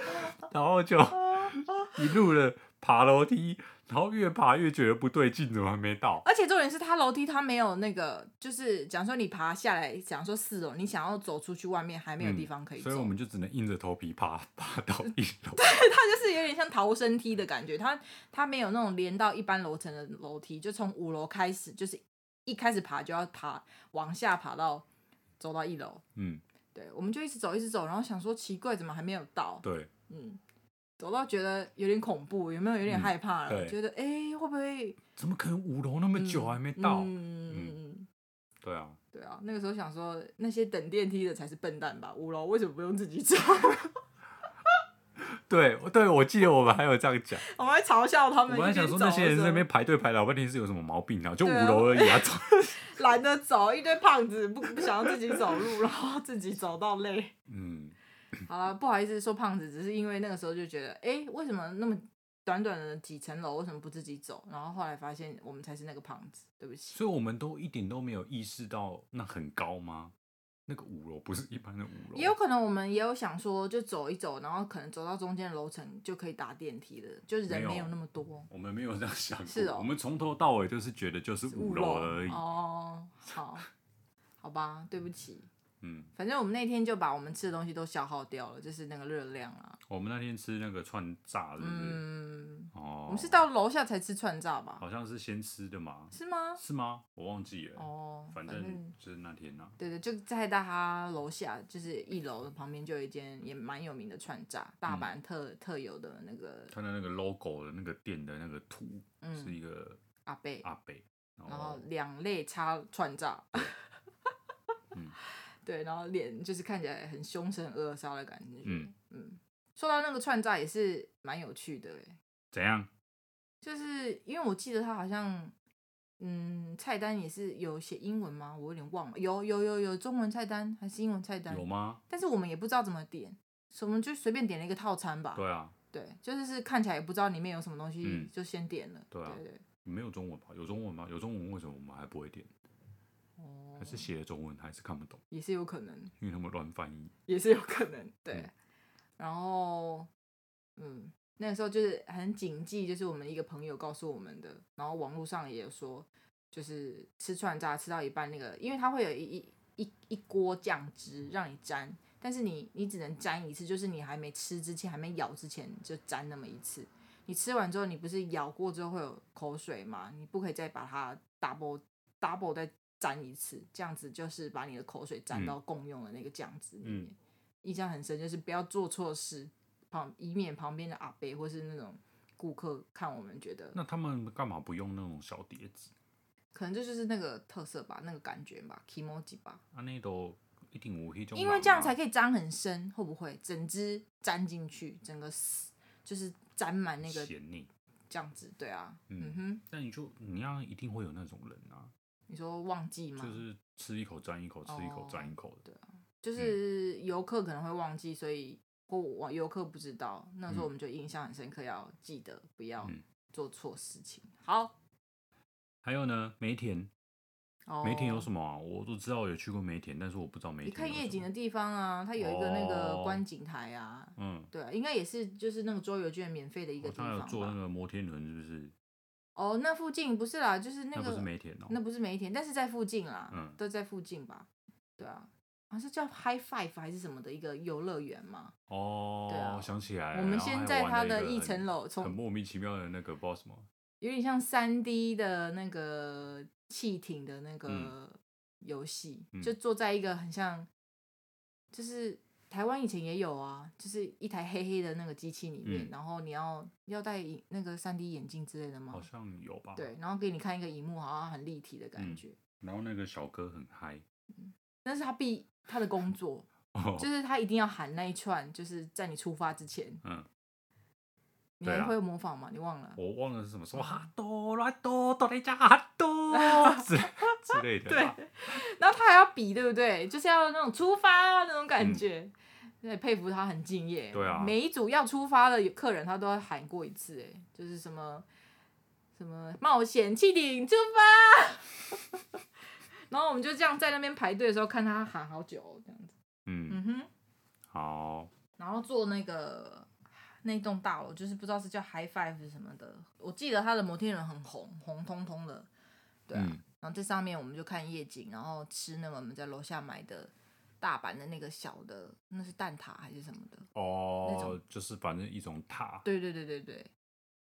S1: 然后就一路的爬楼梯，然后越爬越觉得不对劲，怎么还没到？
S2: 而且重点是它楼梯它没有那个，就是讲说你爬下来，讲说四楼，你想要走出去外面还没有地方可以走，
S1: 嗯所以我 们就只能硬着头皮爬 爬到一楼。
S2: 它就是有点像逃生梯的感觉，它它没有那种连到一般楼层的楼梯，就从五楼开始，就是一开始爬就要爬往下爬到走到一楼。
S1: 嗯，
S2: 对，我们就一直走一直走，然后想说奇怪，怎么还没有到？
S1: 对，
S2: 嗯，走到觉得有点恐怖，有没有有点
S1: 嗯
S2: 害怕了？
S1: 对
S2: 觉得哎、诶会不会
S1: 怎么可能五楼那么久还没到？
S2: 嗯嗯嗯，
S1: 对啊，
S2: 对啊，那个时候想说那些等电梯的才是笨蛋吧？五楼为什么不用自己走？
S1: 对对，我记得我们还有这样讲，
S2: 我们还嘲笑他
S1: 我
S2: 们，
S1: 本来想说那些人在那边排队排老半天是有什么毛病啊？就五楼而已啊，走
S2: 懒得走，一堆胖子不不想要自己走路，然后自己走到累。
S1: 嗯，
S2: 好了，不好意思说胖子，只是因为那个时候就觉得，哎、为什么那么短短的几层楼，为什么不自己走？然后后来发现我们才是那个胖子，对不起。
S1: 所以我们都一点都没有意识到那很高吗？那个五楼不是一般的五楼，
S2: 也有可能我们也有想说，就走一走，然后可能走到中间的楼层就可以搭电梯了，就是人
S1: 没
S2: 没
S1: 有
S2: 有那么多。
S1: 我们没有这样想过，
S2: 是哦
S1: 我们从头到尾就是觉得就是五楼而已，
S2: 哦，好，好吧，对不起。
S1: 嗯，
S2: 反正我们那天就把我们吃的东西都消耗掉了，就是那个热量啊。
S1: 我们那天吃那个串炸，是不是？
S2: 嗯，
S1: 哦，
S2: 我们是到楼下才吃串炸吧？
S1: 好像是先吃的嘛，
S2: 是吗？
S1: 是吗？我忘记了，
S2: 哦，
S1: 反正就是那天呐、
S2: 对对，就在他楼下，就是一楼的旁边就有一间也蛮有名的串炸，大阪
S1: 嗯
S2: 特、特有的那个
S1: 看到那个 logo 的那个店的那个图，是
S2: 嗯
S1: 一个
S2: 阿贝，
S1: 阿哦北，然
S2: 然后两肋插串炸，
S1: 嗯
S2: 对，然后脸就是看起来很凶神恶煞的感觉，
S1: 嗯
S2: 嗯说到那个串炸也是蛮有趣的欸，
S1: 怎样？
S2: 就是因为我记得他好像。嗯，菜单也是有写英文吗？我有点忘了，有有有有中文菜单还是英文菜单？
S1: 有吗？
S2: 但是我们也不知道怎么点，所以我们就随便点了一个套餐吧。
S1: 对啊，
S2: 对，就是是看起来也不知道里面有什么东西，
S1: 嗯
S2: 就先点了。
S1: 对啊
S2: 对对，
S1: 没有中文吧？有中文吗？有中文为什么我们还不会点？
S2: 嗯哦
S1: 还，是写的中文还是看不懂，
S2: 也是有可能，
S1: 因为他们乱翻译。
S2: 也是有可能。对，
S1: 嗯
S2: 然后嗯，那个时候就是很谨记，就是我们一个朋友告诉我们的，然后网络上也有说，就是吃串炸吃到一半那个，因为它会有一一一一锅酱汁让你沾。但是你你只能沾一次，就是你还没吃之前，还没咬之前就沾那么一次。你吃完之后，你不是咬过之后会有口水吗？你不可以再把它 double double 再沾一次，这样子就是把你的口水沾
S1: 嗯
S2: 到共用的那个酱汁里面。
S1: 嗯
S2: 印象很深，就是不要做错事，旁以免旁边的阿伯或是那种顾客看我们觉得，
S1: 那他们干嘛不用那种小碟子？
S2: 可能这就是那个特色吧，那个感觉吧 i m o j i 吧，
S1: 啊，那都一定无黑中。
S2: 因为这样才可以粘很深，会不会整只粘进去，整个丝就是沾满那个
S1: 咸腻。
S2: 酱汁？对啊，
S1: 嗯
S2: 嗯哼，
S1: 但你就你要一定会有那种人啊，
S2: 你说忘记吗？
S1: 就是吃一口沾一口，吃一口
S2: 哦
S1: 沾一口的。
S2: 就是
S1: 嗯
S2: 游客可能会忘记，所以或我游客不知道，那时候我们就印象很深刻，要记得不要
S1: 嗯
S2: 做错事情。好，
S1: 还有呢，梅田，
S2: 哦
S1: 梅田有什么啊？我都知道有去过梅田，但是我不知道梅
S2: 你
S1: 田。
S2: 看夜景的，地方啊，它有一个那个
S1: 哦
S2: 观景台啊，
S1: 嗯，
S2: 对啊，应该也是就是那个桌游券免费的一个
S1: 哦
S2: 地
S1: 他
S2: 方
S1: 有
S2: 吧。
S1: 坐那个摩天轮，是不是？
S2: 哦，那附近不是啦，就是那
S1: 那
S2: 个
S1: 不是梅田哦，
S2: 那不是梅田，但是在附近啦，
S1: 嗯
S2: 都在附近吧？对啊，好、像是叫 High Five 还是什么的一个游乐园嘛。对
S1: 哦，
S2: 啊
S1: 想起来了。
S2: 我们
S1: 然后
S2: 先
S1: 还
S2: 在
S1: 玩
S2: 它
S1: 了
S2: 的
S1: 一
S2: 一
S1: 个很
S2: 层楼，
S1: 很
S2: 从
S1: 莫名其妙的那个 boss 嘛，
S2: 有点像三 D 的那个汽艇的那
S1: 嗯
S2: 个游戏，
S1: 嗯
S2: 就坐在一个很像，就是台湾以前也有啊，就是一台黑黑的那个机器里面，
S1: 嗯
S2: 然后你要要戴隐那个三 D 眼镜之类的吗
S1: 好？像有吧？。
S2: 哦对，然后给你看一个荧幕，好像很立体的感
S1: 嗯
S2: 觉。
S1: 然后那个小哥很 嗨，
S2: 但是他必他的工作
S1: 哦，
S2: 就是他一定要喊那一串，就是在你出发之前，
S1: 嗯，
S2: 你
S1: 对
S2: 还
S1: 啊
S2: 会模仿吗？你忘了？
S1: 我忘了是什么，
S2: 嗯
S1: 说哈多拉多哆来加哈 多之之类的
S2: 对
S1: 吧。，
S2: 然后他还要比，对不对？就是要那种出发啊那种感觉，对，佩服他很敬业。
S1: 嗯对啊
S2: 每一组要出发的客人，他都要喊过一次，哎，就是什么什么冒险气顶出发， 然后我们就这样在那边排队的时候看他喊好久哦这样子，
S1: 嗯，
S2: 嗯哼，
S1: 好，
S2: 然后坐那个那一栋大楼，就是不知道是叫 High Five 什么的。我记得它的摩天轮很红，红彤彤的，对啊。
S1: 嗯
S2: 然后在上面我们就看夜景，然后吃那个我们在楼下买的大阪的那个小的，那是蛋挞还是什么的？那
S1: 哦
S2: 种，
S1: 就是反正一种塔，
S2: 对对对对对，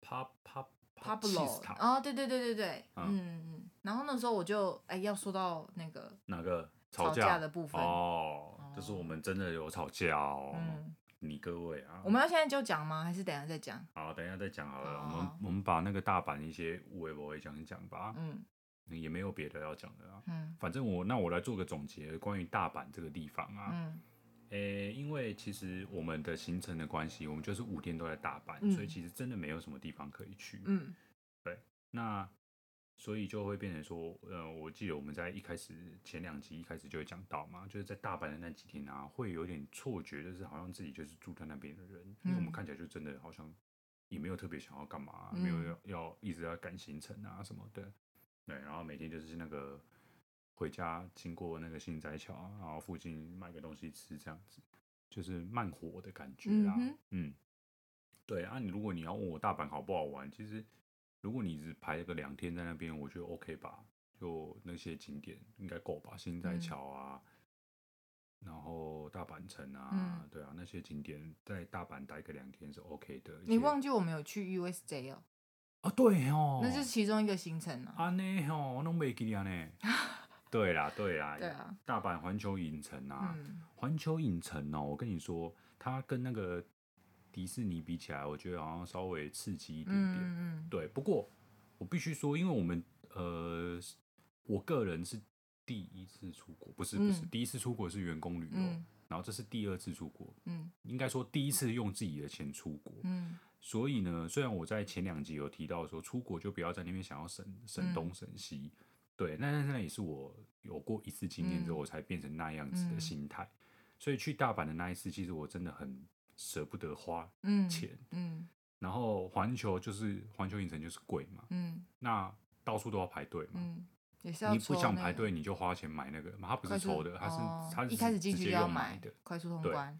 S1: 啪啪
S2: 帕布
S1: cheese
S2: 罗
S1: 塔，
S2: 哦，对对对对对，
S1: 嗯
S2: 嗯嗯。然后那时候我就哎，要说到那个
S1: 哪个
S2: 吵
S1: 架
S2: 架的部分
S1: 哦，就是我们真的有吵架哦，
S2: 嗯，
S1: 你各位啊
S2: 我，们要现在就讲吗？还是等一下再讲？
S1: 好，等一下再讲好了，
S2: 好
S1: 我们我们把那个大阪一些无为不会讲一讲吧，
S2: 嗯
S1: 也没有别的要讲的啊。
S2: 嗯
S1: 反正我那我来做个总结，关于大阪这个地方啊，
S2: 嗯
S1: 诶、因为其实我们的行程的关系，我们就是五天都在大阪，
S2: 嗯
S1: 所以其实真的没有什么地方可以去。
S2: 嗯
S1: 那所以就会变成说，呃，我记得我们在一开始前两集一开始就会讲到嘛，就是在大阪的那几天啊，会有点错觉，就是好像自己就是住在那边的人，因为我们
S2: 嗯
S1: 看起来就真的好像也没有特别想要干嘛啊、
S2: 嗯
S1: 没有要要一直要赶行程啊什么的，对，然后每天就是那个回家经过那个新宅桥啊，然后附近买个东西吃这样子，就是慢活的感觉啦，
S2: 嗯哼
S1: 嗯对啊，你如果你要问我大阪好不好玩，其实如果你只排个两天在那边，我觉得 OK 吧，就那些景点应该够吧，新斋
S2: 嗯
S1: 桥啊，然后大阪城啊，
S2: 嗯
S1: 对啊，那些景点在大阪待个两天是 OK 的。
S2: 你
S1: 啊、
S2: 忘记我们有去 USJ 哦，
S1: 对哦，
S2: 那就是其中一个行程啊。
S1: 啊呢哦，弄没记啊 呢。对啦，对啦，
S2: 对啊，
S1: 大阪环球影城啊，
S2: 嗯
S1: 环球影城哦，我跟你说，它跟那个迪士尼比起来，我觉得好像稍微刺激一点点。
S2: 嗯嗯
S1: 对，不过我必须说，因为我们呃，我个人是第一次出国，不是不是、
S2: 嗯
S1: 第一次出国是员工旅游，
S2: 嗯
S1: 然后这是第二次出国，
S2: 嗯
S1: 应该说第一次用自己的钱出国。
S2: 嗯
S1: 所以呢，虽然我在前两集有提到说出国就不要在那边想要省省
S2: 嗯
S1: 东省西，对，那但是那也是我有过一次经验之后，
S2: 嗯
S1: 我才变成那样子的
S2: 嗯
S1: 心态。所以去大阪的那一次，其实我真的很舍不得花
S2: 嗯，
S1: 钱。
S2: 嗯
S1: 然后环球就是环球影城就是贵嘛，
S2: 嗯
S1: 那到处都要排队嘛。
S2: 嗯，也是要
S1: 啊你不
S2: 抽
S1: 想
S2: 那
S1: 排
S2: 个
S1: 队，你就花钱买那个嘛，它不
S2: 快
S1: 是
S2: 速
S1: 抽的，它是、
S2: 哦
S1: 它是
S2: 一开始进
S1: 直
S2: 去
S1: 接
S2: 就要
S1: 用
S2: 买
S1: 的。
S2: 快速通
S1: 对
S2: 关，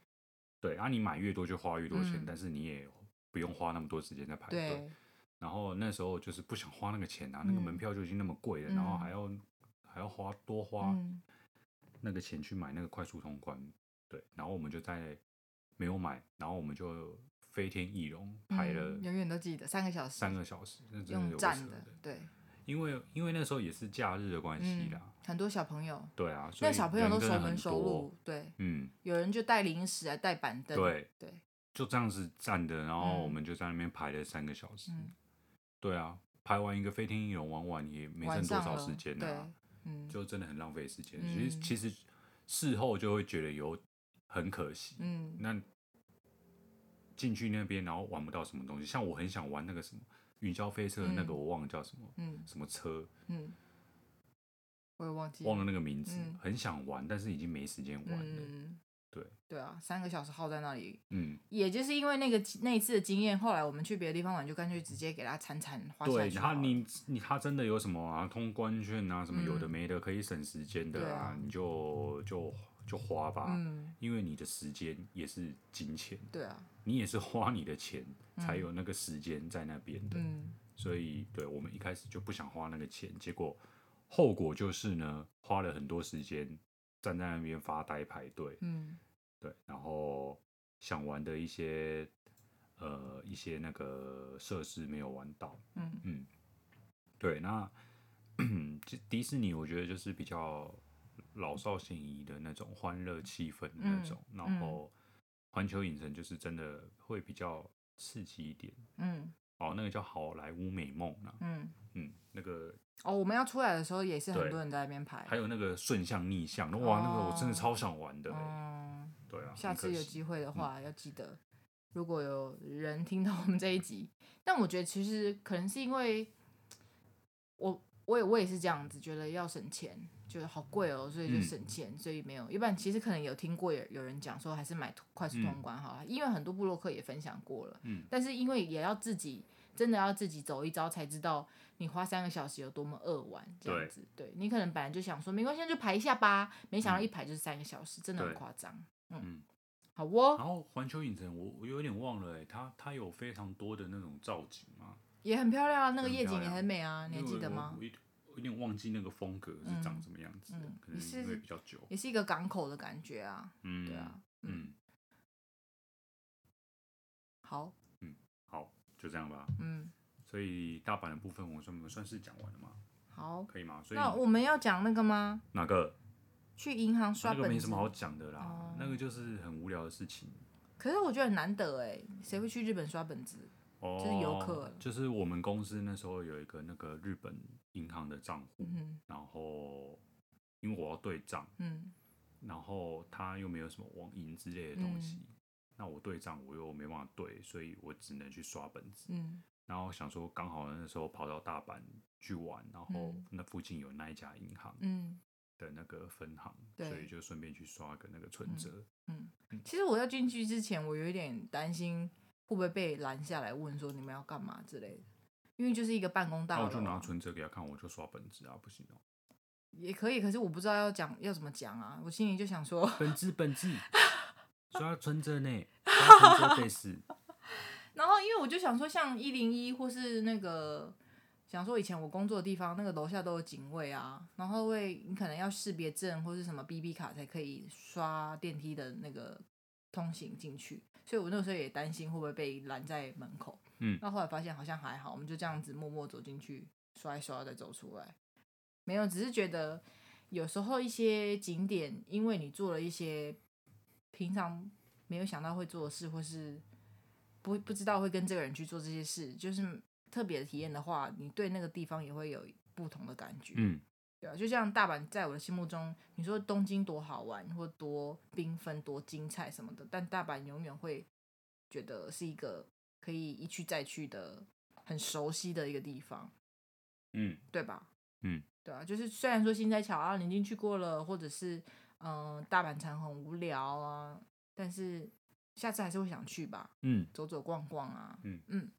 S1: 对，啊，你买越多就花越多钱，
S2: 嗯
S1: 但是你也不用花那么多时间在排队。
S2: 对，
S1: 然后那时候就是不想花那个钱啊，那个
S2: 嗯
S1: 门票就已经那么贵了，然后
S2: 嗯
S1: 还要还要花多花
S2: 嗯
S1: 那个钱去买那个快速通关。对，然后我们就在没有买，然后我们就飞天翼龙排了
S2: 嗯永远都记得三个小时，
S1: 三个小时，那真的
S2: 用
S1: 有够
S2: 站
S1: 扯
S2: 的
S1: 的。，
S2: 对，
S1: 因为因为那时候也是假日的关系
S2: 嗯
S1: 啦，，
S2: 很多小朋友，
S1: 对啊，所以
S2: 那小朋友
S1: 人
S2: 都
S1: 真
S2: 熟
S1: 的
S2: 门
S1: 很
S2: 熟
S1: 多，
S2: 路，对，
S1: 嗯，
S2: 有人就带零食，还啊带板凳，
S1: 对，
S2: 对，
S1: 就这样子站的，然后
S2: 嗯
S1: 我们就在那边排了三个小时，
S2: 嗯
S1: 对啊，排完一个飞天翼龙玩完也没
S2: 晚
S1: 剩多
S2: 上
S1: 少
S2: 了
S1: 时间啊
S2: 对，，嗯
S1: 就真的很浪费时间。
S2: 嗯
S1: 其实其实事后就会觉得有很可惜，
S2: 嗯
S1: 那进去那边然后玩不到什么东西，像我很想玩那个什么云霄飞车的那个，
S2: 嗯
S1: 我忘了叫什么。
S2: 嗯
S1: 什么车
S2: 嗯，我也忘记
S1: 忘了那
S2: 了，
S1: 个名字，
S2: 嗯
S1: 很想玩，但是已经没时间玩了。
S2: 嗯，
S1: 对
S2: 对啊，三个小时耗在那里，
S1: 嗯，
S2: 也就是因为那个那一次的经验，后来我们去别的地方玩，就干脆直接给他铲铲花下
S1: 对，
S2: 去
S1: 然后
S2: 好了
S1: 你你他真的有什么啊，通关券啊，什么有的
S2: 嗯
S1: 没的，可以省时间的
S2: 对
S1: 啊，
S2: 啊
S1: 你就就就花吧，
S2: 嗯，
S1: 因为你的时间也是金钱，
S2: 对啊，
S1: 你也是花你的钱才有那个时间在那边的，
S2: 嗯
S1: 所以对我们一开始就不想花那个钱，结果后果就是呢，花了很多时间站在那边发呆排队，
S2: 嗯
S1: 对，然后想玩的一些呃一些那个设施没有玩到，
S2: 嗯
S1: 嗯，对，那 就迪士尼我觉得就是比较老少咸宜的那种欢乐气氛的那
S2: 嗯
S1: 种，然
S2: 嗯
S1: 后环球影城就是真的会比较刺激一点
S2: 嗯
S1: 哦，那个叫好莱坞美梦啊，
S2: 嗯。
S1: 嗯，那个
S2: 哦，我们要出来的时候也是
S1: 对
S2: 很多人在那边排，
S1: 还有那个顺向逆向，哇，那个我真的
S2: 哦
S1: 超想玩的欸、
S2: 嗯，
S1: 对啊，
S2: 下
S1: 很可
S2: 次有
S1: 惜
S2: 机会的话、要记得，如果有人听到我们这一集，但我觉得其实可能是因为我我也我也是这样子，觉得要省钱，觉得好贵哦，所以就
S1: 嗯
S2: 省钱，所以没有。一般其实可能有听过有有人讲说，还是买快速通关好了，因为很多部落客也分享过了，
S1: 嗯，
S2: 但是因为也要自己。真的要自己走一遭才知道你花三个小时有多么扼腕，这
S1: 对
S2: 样子。对你可能
S1: 嗯
S2: 本来就想说没关系，那就排一下吧，没想到一排就是三个小时，真的很
S1: 对
S2: 夸张。
S1: 嗯
S2: 好哦，
S1: 然后环球影城我我有点忘了、欸，它它有非常多的那种造景嘛，
S2: 也很漂亮啊，那个
S1: 很
S2: 夜
S1: 漂
S2: 景也
S1: 亮
S2: 很美啊，你还
S1: 因为
S2: 记得
S1: 我
S2: 吗
S1: 我？有我有点忘记那个风格是长什么样子的，
S2: 嗯
S1: 可
S2: 你
S1: 能
S2: 是
S1: 因为比较久。
S2: 也是一个港口的感觉啊，
S1: 嗯，
S2: 对啊，
S1: 嗯，
S2: 好，
S1: 好，就这样吧。
S2: 嗯，
S1: 所以大阪的部分我算我算是讲完了吗？
S2: 好，
S1: 可以吗？所以
S2: 那我们要讲那个吗？
S1: 哪个？
S2: 去银行刷
S1: 啊那个
S2: 本
S1: 没
S2: 子
S1: 什么，好讲的啦，
S2: 哦
S1: 那个就是很无聊的事情。
S2: 可是我觉得很难得哎，谁会去日本刷本子？
S1: 哦，
S2: 是游客
S1: 就是我们公司那时候有一个那个日本银行的账户，
S2: 嗯
S1: 然后因为我要对账，
S2: 嗯
S1: 然后他又没有什么网银之类的东西，
S2: 嗯
S1: 那我对账我又没办法对，所以我只能去刷本子。
S2: 嗯
S1: 然后想说，刚好那时候跑到大阪去玩，然后
S2: 嗯
S1: 那附近有那一家银行
S2: 嗯
S1: 的那个分行，
S2: 对
S1: 所以就顺便去刷个那个存折。
S2: 嗯。其实我要进去之前，我有一点担心会不会被拦下来问说你们要干嘛之类的，因为就是一个办公大
S1: 那
S2: 楼
S1: 我
S2: 啊，
S1: 就拿存折给他看，我就刷本子啊，不行哦、
S2: 也可以，可是我不知道要讲要怎么讲啊，我心里就想说，
S1: 本子本子，刷存折呢，刷存折得是，
S2: 然后因为我就想说，像一零一或是那个，想说以前我工作的地方那个楼下都有警卫啊，然后会你可能要识别证或是什么 BB 卡才可以刷电梯的那个通行进去，所以我那时候也担心会不会被拦在门口。
S1: 嗯
S2: 那后来发现好像还好，我们就这样子默默走进去刷一刷再走出来，没有，只是觉得有时候一些景点，因为你做了一些平常没有想到会做的事，或是不不知道会跟这个人去做这些事，就是特别的体验的话，你对那个地方也会有不同的感觉，
S1: 嗯
S2: 对啊，就像大阪在我的心目中，你说东京多好玩，或多缤纷、多精彩什么的，但大阪永远会觉得是一个可以一去再去的、很熟悉的一个地方，
S1: 嗯
S2: 对吧？
S1: 嗯，
S2: 对啊，就是虽然说新斋桥啊，你已经去过了，或者是嗯、呃大阪城很无聊啊，但是下次还是会想去吧，
S1: 嗯，
S2: 走走逛逛啊。
S1: 嗯
S2: 嗯，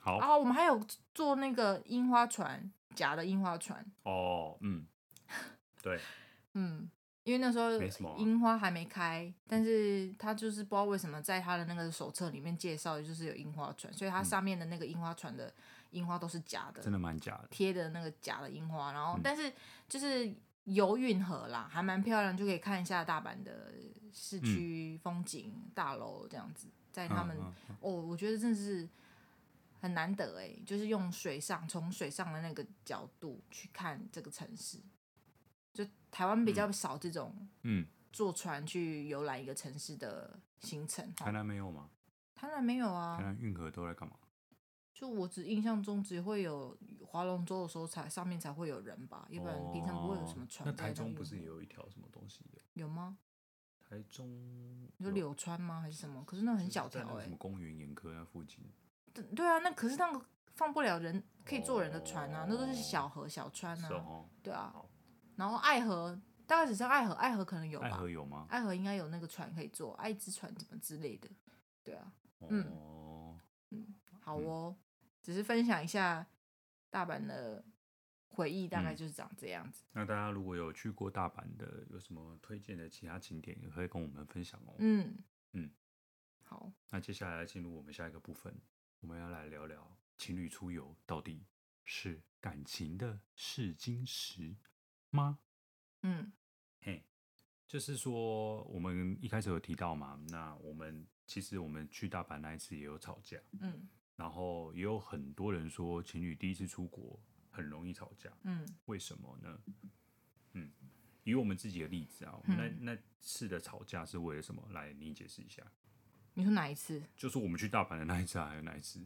S1: 好
S2: 然后我们还有坐那个樱花船，假的樱花船，
S1: 哦，嗯，对，
S2: 嗯，因为那时
S1: 没什么
S2: 候
S1: 啊
S2: 樱花还没开，但是他就是不知道为什么在他的那个手册里面介绍，就是有樱花船，所以它上面的那个樱花船的樱花都是假的，
S1: 嗯真的嗯蛮假的。
S2: 贴的那个假的樱花，然后、但是就是游运河啦，还蛮漂亮，就可以看一下大阪的市区风景、大楼这样子，在他们、
S1: 嗯嗯嗯嗯
S2: 哦，我觉得真的是很难得哎、就是用水上从水上的那个角度去看这个城市，就台湾比较少这种
S1: 嗯，
S2: 坐船去游览一个城市的行程
S1: 台
S2: 哈，
S1: 南没有吗？
S2: 当然没有
S1: 台
S2: 啊，
S1: 南运河都在干嘛？
S2: 就我只印象中只会有划龙舟的时候才上面才会有人吧，要不然平常不会有什么船
S1: 哦那
S2: 在
S1: 台中
S2: 运
S1: 不是
S2: 河
S1: 也有一条什么东西的？
S2: 有吗？
S1: 台中
S2: 你说
S1: 有
S2: 柳川吗？还是什么？可是那很小
S1: 在那
S2: 条
S1: 个
S2: 哎、
S1: 什么公园眼科那附近，
S2: 对对啊，那可是那个放不了人，可以坐人的船啊，那都是
S1: 哦
S2: 小河小川
S1: 是
S2: 啊。
S1: 哦，
S2: 对啊
S1: 好，
S2: 然后爱河大概只剩爱河，爱河可能有
S1: 爱
S2: 吧
S1: 河，有吗？
S2: 爱河应该有那个船可以坐，爱之船怎么之类的，对啊，嗯
S1: 哦，
S2: 好哦，
S1: 嗯
S2: 只是分享一下大阪的回忆，大概
S1: 嗯
S2: 就是长这样子。
S1: 那大家如果有去过大阪的，有什么推荐的其他景点，也可以跟我们分享哦。
S2: 嗯
S1: 嗯，
S2: 好，
S1: 那接下来进入我们下一个部分，我们要来聊聊情侣出游到底是感情的试金石吗？
S2: 嗯
S1: 嘿，就是说我们一开始有提到嘛，那我们其实我们去大阪那一次也有吵架，
S2: 嗯
S1: 然后也有很多人说情侣第一次出国很容易吵架，
S2: 嗯
S1: 为什么呢？嗯，以我们自己的例子啊，我们
S2: 嗯
S1: 那、那次的吵架是为了什么？来，你解释一下。
S2: 你说哪一次
S1: 就是我们去大阪的那一次啊，还有哪一次？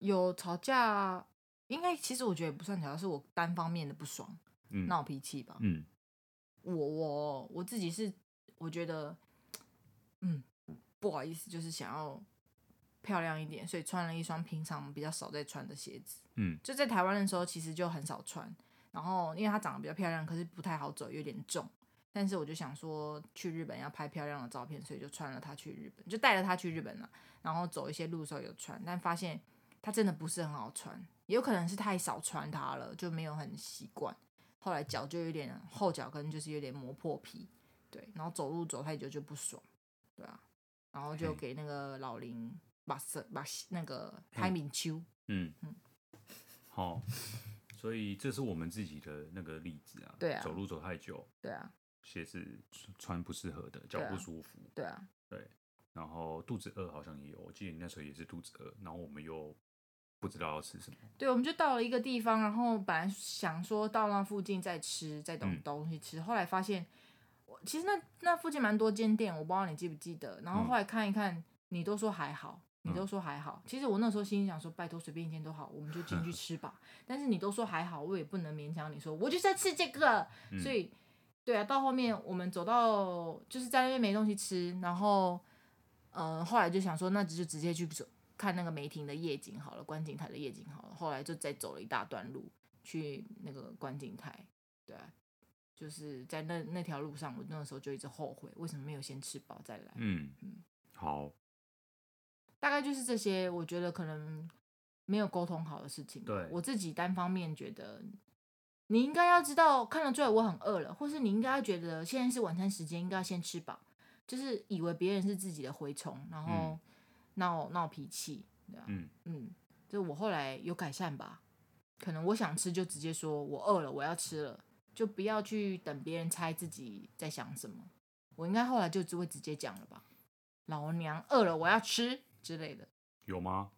S2: 有吵架？应该其实我觉得也不算吵架，是我单方面的不爽，
S1: 嗯
S2: 闹脾气吧。
S1: 嗯
S2: 我我我自己是我觉得，嗯，不好意思，就是想要漂亮一点，所以穿了一双平常比较少在穿的鞋子。
S1: 嗯，
S2: 就在台湾的时候，其实就很少穿。然后因为它长得比较漂亮，可是不太好走，有点重。但是我就想说，去日本要拍漂亮的照片，所以就穿了它去日本，就带了它去日本了。然后走一些路的时候有穿，但发现它真的不是很好穿，也有可能是太少穿它了，就没有很习惯。后来脚就有点后脚跟就是有点磨破皮，对，然后走路走太久就不爽，对啊，然后就
S1: 嘿
S2: 给那个老林把色把那个潘明秋，
S1: 嗯，好，所以这是我们自己的那个例子啊。
S2: 对啊
S1: 走路走太久，
S2: 对啊，
S1: 鞋子穿穿不适合的，脚
S2: 对啊
S1: 不舒服，
S2: 对啊，
S1: 然后肚子饿好像也有，我记得你那时候也是肚子饿，然后我们又不知道要吃什么。
S2: 对，我们就到了一个地方，然后本来想说到那附近再吃，再
S1: 嗯
S2: 等东西吃，后来发现，我其实那那附近蛮多间店，我不知道你记不记得，然后
S1: 嗯
S2: 后来看一看，你都说还好。你
S1: 嗯
S2: 都说还好，其实我那时候心里想说，拜托随便一间都好，我们就进 去吃吧。但是你都说还好，我也不能勉强你说，我就是在吃这个。
S1: 嗯
S2: 所以，对啊，到后面我们走到就是在那边没东西吃，然后，呃，后来就想说，那就直接去走看那个梅亭的夜景好了，观景台的夜景好了。后来就再走了一大段路去那个观景台，对啊、就是在那那条路上，我那个时候就一直后悔，为什么没有先吃饱再来？
S1: 嗯
S2: 嗯，
S1: 好，
S2: 大概就是这些，我觉得可能没有沟通好的事情吧。
S1: 对
S2: 我自己单方面觉得，你应该要知道看得出来我很饿了，或是你应该要觉得现在是晚餐时间，应该要先吃饱，就是以为别人是自己的蛔虫，然后
S1: 嗯
S2: 闹闹脾气，对啊，
S1: 嗯
S2: 嗯，就我后来有改善吧，可能我想吃就直接说我饿了，我要吃了，就不要去等别人猜自己在想什么。我应该后来就只会直接讲了吧，老娘饿了，我要吃之类的，
S1: 有吗？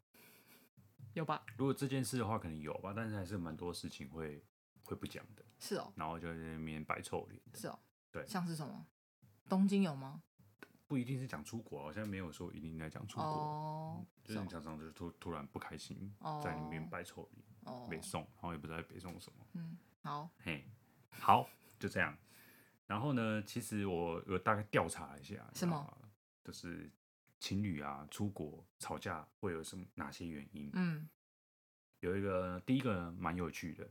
S2: 有吧？
S1: 如果这件事的话，可能有吧，但是还是蛮多事情会会不讲的，
S2: 是哦，
S1: 然后就在那边摆臭脸的。
S2: 是哦，
S1: 对
S2: 像是什么？东京有吗？
S1: 不一定是讲出国啊，好像没有说一定在讲出国，
S2: 哦，
S1: 就是
S2: 哦
S1: 你常常就突突然不开心，
S2: 哦
S1: 在那边摆臭脸，
S2: 哦，
S1: 北宋，然后也不知道在北宋什么。
S2: 嗯，好，
S1: 嘿，好，就这样。然后呢，其实我我大概调查一下，你
S2: 什么
S1: 知道吗？就是情侣啊出国吵架会有什么哪些原因？
S2: 嗯，
S1: 有一个第一个呢蛮有趣的，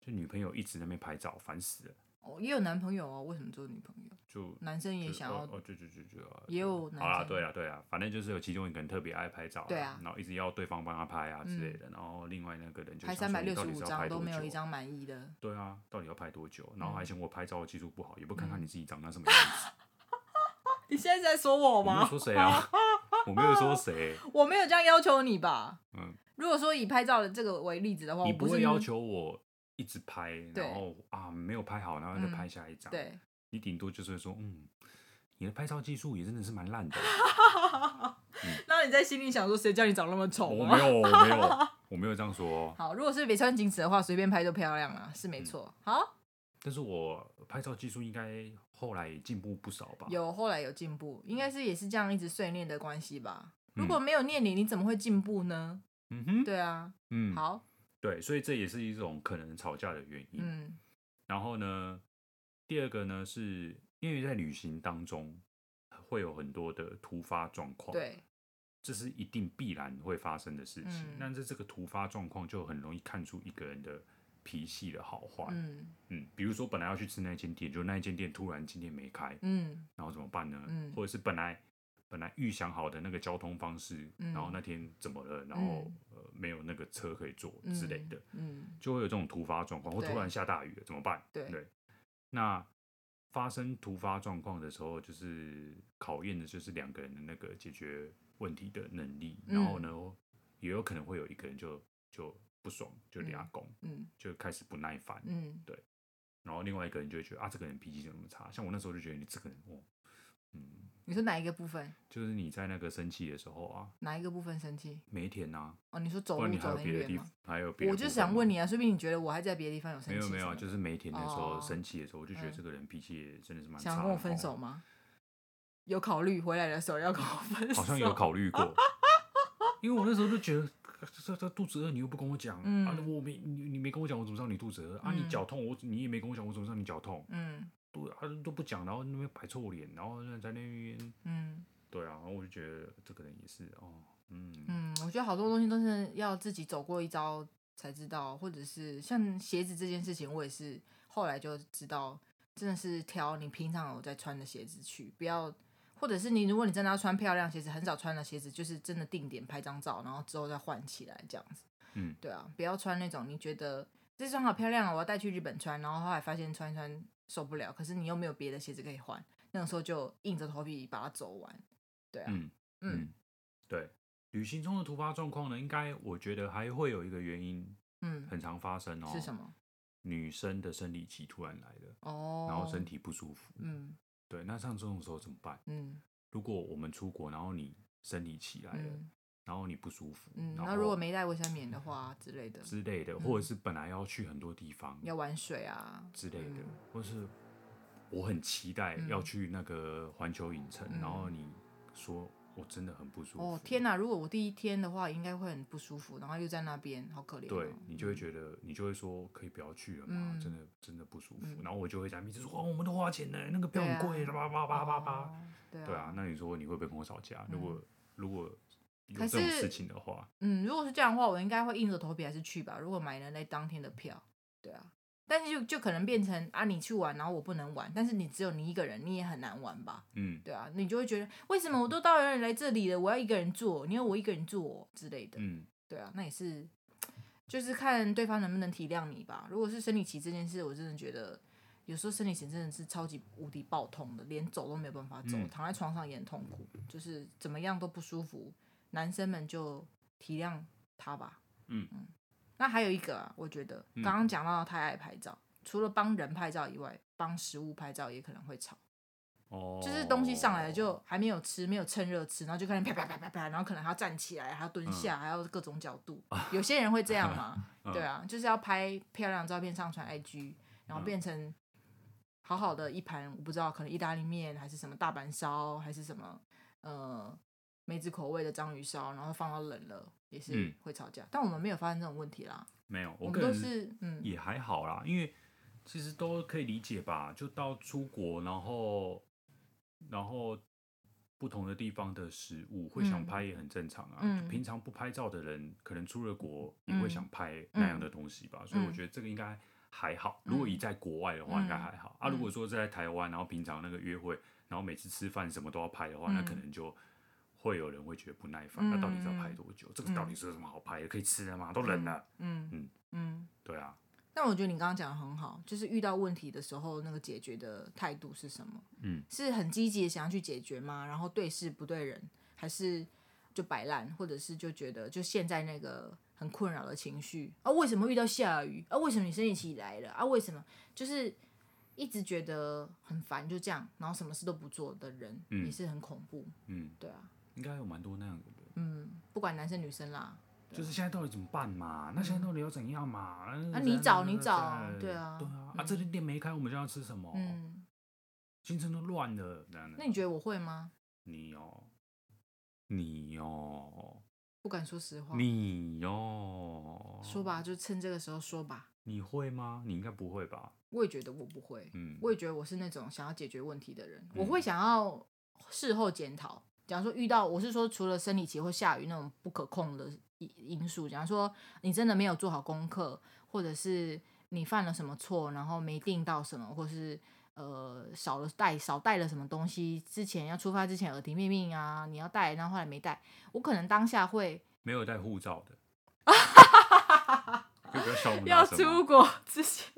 S1: 就女朋友一直在那边拍照，烦死了。
S2: 我也有男朋友哦，为什么做女朋友？
S1: 就
S2: 男生
S1: 嗯
S2: 也
S1: 就
S2: 想
S1: 哦
S2: 要，
S1: 哦，就就就就啊
S2: 也有男
S1: 好啦，
S2: 生
S1: 对啊，对啊，反正就是有其中一个人特别爱拍照啦，
S2: 对啊嗯
S1: 然后一直要对方帮他拍啊之类的，然后另外那个人就
S2: 拍
S1: 想
S2: 三百
S1: 说你到底是
S2: 六十五
S1: 要
S2: 张
S1: 拍
S2: 都
S1: 多
S2: 没有
S1: 久啊
S2: 一张嗯满意的，
S1: 对啊，到底要拍多久？然后还嫌我拍照技术不好，也不看
S2: 嗯
S1: 看你自己长得什么样 子。
S2: 你现在是在说我
S1: 我没有
S2: 吗？
S1: 说谁 啊，我没有说谁，
S2: 我没有这样要求你吧？
S1: 嗯，
S2: 如果说以拍照的这个为例子的话，
S1: 你
S2: 我
S1: 不
S2: 是
S1: 会要求我一直拍，
S2: 对嗯
S1: 然后啊没有拍好，然后再拍下一张。，
S2: 对，
S1: 你顶多就是会说，嗯，你的拍照技术也真的是蛮烂的。
S2: 那你在心里想说，谁叫你长那么丑
S1: 嗯我
S2: 啊
S1: 没有，我没有，我没有这样说哦。
S2: 好，如果是北川景子的话，随便拍就漂亮了，是没错。
S1: 嗯
S2: 好，
S1: 但是我拍照技术应该后来也进步不少吧？嗯
S2: 有后来有进步，应该是也是这样一直碎念的关系吧。
S1: 嗯
S2: 如果没有念你，你怎么会进步呢？
S1: 嗯哼，
S2: 对啊，
S1: 嗯，
S2: 好，
S1: 对，所以这也是一种可能吵架的原因。
S2: 嗯
S1: 然后呢，第二个呢，是因为在旅行当中会有很多的突发状况，
S2: 对，
S1: 这是一定必然会发生的事情。
S2: 嗯
S1: 但是这个突发状况就很容易看出一个人的脾气的好坏。
S2: 嗯
S1: 嗯比如说本来要去吃那间店，就那一间店突然今天没开，
S2: 嗯
S1: 然后怎么办呢？
S2: 嗯
S1: 或者是本来本来预想好的那个交通方式，
S2: 嗯
S1: 然后那天怎么了，然后、
S2: 嗯
S1: 呃没有那个车可以坐
S2: 嗯
S1: 之类的，
S2: 嗯
S1: 就会有这种突发状况，或
S2: 对
S1: 突然下大雨了怎么办？
S2: 对
S1: 那发生突发状况的时候，就是考验的就是两个人的那个解决问题的能力，
S2: 嗯
S1: 然后呢，也有可能会有一个人就就不爽，就俩拱，
S2: 嗯
S1: 就开始不耐烦，
S2: 嗯，
S1: 然后另外一个人就会觉得啊，这个人脾气怎么那么差？像我那时候就觉得你这个人哦，嗯，
S2: 你说哪一个部分？
S1: 就是你在那个生气的时候啊，
S2: 哪一个部分生气？
S1: 每一天啊，
S2: 哦，你说
S1: 不
S2: 走
S1: 然
S2: 路
S1: 你还
S2: 走
S1: 有
S2: 得很
S1: 别的
S2: 远
S1: 地
S2: 吗
S1: 方？，还有别的。
S2: 我就是想问，你啊，说不定你觉得我还在别的地方有生
S1: 没
S2: 气什
S1: 有
S2: 么的？
S1: 没有，啊就是每一天那时候
S2: 哦
S1: 生气的时候，我就觉得
S2: 嗯
S1: 这个人脾气也真的是蛮差
S2: 想
S1: 的。
S2: 要跟我分
S1: 哦
S2: 手吗？有考虑回来的时候要跟我分手？
S1: 好像有考虑过，因为我那时候就觉得，这这肚子饿，你又不跟我讲、
S2: 嗯
S1: 啊，我没你你没跟我讲，我怎么知道你肚子饿啊？
S2: 嗯
S1: 你脚痛，我你也没跟我讲，我怎么知道你脚痛？
S2: 嗯
S1: 对啊，都不讲，然后那边摆臭脸，然后在那边，
S2: 嗯
S1: 对啊，然后我就觉得这个人也是哦，嗯，
S2: 嗯，我觉得好多东西都是要自己走过一遭才知道，或者是像鞋子这件事情，我也是后来就知道，真的是挑你平常有在穿的鞋子去，不要。或者是你，如果你真的要穿漂亮鞋子，很少穿的鞋子，就是真的定点拍张照，然后之后再换起来这样子。
S1: 嗯，
S2: 对啊，不要穿那种你觉得这双好漂亮啊，我要带去日本穿，然后后来发现穿一穿受不了，可是你又没有别的鞋子可以换，那种时候就硬着头皮把它走完。对啊，
S1: 嗯
S2: 嗯
S1: 嗯，对。旅行中的突发状况呢，应该我觉得还会有一个原因
S2: 嗯，
S1: 很常发生哦，
S2: 是什？么？
S1: 女生的生理期突然来了，
S2: 哦，
S1: 然后身，体不舒服。
S2: 嗯
S1: 对，那像这种时候怎么办？
S2: 嗯
S1: 如果我们出国，然后你生理期来了，
S2: 嗯
S1: 然后你不舒服，
S2: 嗯，
S1: 然
S2: 那
S1: 后嗯
S2: 如果没带卫生棉的话之类的，
S1: 之类的，或者是本来要去很多地方
S2: 要玩水啊，
S1: 之类的
S2: 嗯，
S1: 或是我很期待
S2: 嗯
S1: 要去那个环球影城，
S2: 嗯
S1: 然后你说我真的很不舒服，
S2: 哦天哪！如果我第一天的话，应该会很不舒服，然后又在那边，好可怜、哦。
S1: 对你就会觉得，你就会说可以不要去了嘛，
S2: 嗯
S1: 真的真的不舒服。
S2: 嗯
S1: 然后我就会在那边一直说，哦，我们都花钱了，那个票
S2: 对
S1: 很
S2: 啊
S1: 贵，叭叭叭叭叭。
S2: 哦对啊，
S1: 对啊，那你说你会不会跟我吵架？如果如果有
S2: 可
S1: 这种
S2: 是
S1: 事情的话，
S2: 嗯，如果是这样的话，我应该会硬着头皮还是去吧。如果买了那当天的票，对啊，但是就就可能变成啊，你去玩，然后我不能玩，但是你只有你一个人，你也很难玩吧？
S1: 嗯
S2: 对啊，你就会觉得为什么我都到人来这里了，我要一个人做，你要我一个人做哦之类的。
S1: 嗯
S2: 对啊，那也是，就是看对方能不能体谅你吧。如果是生理期这件事，我真的觉得有时候生理期真的是超级无敌爆痛的，连走都没有办法走，
S1: 嗯
S2: 躺在床上也很痛苦，就是怎么样都不舒服。男生们就体谅他吧。
S1: 嗯
S2: 那还有一个、啊，我觉得
S1: 嗯
S2: 刚刚讲到他爱拍照，除了帮人拍照以外，帮食物拍照也可能会吵。
S1: 哦，
S2: 就是东西上来就还没有吃，没有趁热吃，然后就开始啪啪啪啪啪，然后可能还要站起来，还要
S1: 嗯
S2: 蹲下，还要各种角度。有些人会这 样嘛，对啊，就是要拍漂亮的照片上传 IG，
S1: 嗯
S2: 然后变成好好的一盘，我不知道可能意大利面还是什么大阪烧，还是什么呃梅子口味的章鱼烧，然后放到冷了也是
S1: 嗯
S2: 会吵架，但我们没有发生这种问题啦，
S1: 没有，
S2: 我
S1: 个
S2: 们
S1: 人
S2: 都是嗯
S1: 也还好啦，因为其实都可以理解吧，就到出国，然后然后不同的地方的食物会想
S2: 嗯
S1: 拍也很正常啊。
S2: 嗯
S1: 平常不拍照的人，可能出了国也会想拍
S2: 嗯
S1: 那样的东西吧，所以我
S2: 嗯
S1: 觉得这个应该还好。如果
S2: 嗯
S1: 以在国外的话，应该还好、啊。
S2: 嗯
S1: 如果说在台湾，然后平常那个约会，然后每次吃饭什么都要拍的话，那可
S2: 嗯
S1: 能就。会有人会觉得不耐烦，那到底是要拍多久？这个到底是有什么好拍的？可以吃了吗？都冷了，
S2: 嗯嗯
S1: 嗯
S2: 嗯。
S1: 对啊，
S2: 但我觉得你刚刚讲的很好，就是遇到问题的时候，那个解决的态度是什么？
S1: 嗯，
S2: 是很积极的想要去解决吗？然后对事不对人，还是就摆烂，或者是就觉得就陷在那个很困扰的情绪啊？为什么遇到下雨啊？为什么你生理期来了啊？为什么就是一直觉得很烦，就这样，然后什么事都不做的人，
S1: 嗯
S2: 也是很恐怖，
S1: 嗯，
S2: 对啊，
S1: 应该有蛮多那样的人。
S2: 嗯，不管男生女生啦，
S1: 就是现在到底怎么办嘛？那现在到底要怎样嘛？那
S2: 啊你找你找对
S1: 对
S2: 啊
S1: 对啊，啊，
S2: 嗯
S1: 这间店没开，我们就要吃什么？
S2: 嗯，
S1: 行程都乱了，这样的
S2: 那你觉得我会吗？
S1: 你哦，你哦，
S2: 不敢说实话，
S1: 你哦，
S2: 说吧，就趁这个时候说吧。
S1: 你会吗？你应该不会吧？
S2: 我也觉得我不会，
S1: 嗯，
S2: 我也觉得我是那种想要解决问题的人，我会想要事后检讨。假如说遇到，我是说除了生理期或下雨那种不可控的因因素，假如说你真的没有做好功课，或者是你犯了什么错，然后没订到什么，或是呃少了带少带了什么东西，之前要出发之前耳提面命啊，你要带，然后后来没带，我可能当下会
S1: 没有带护照 的，就比较笑我们
S2: 要
S1: 大声嘛
S2: 出国 之前，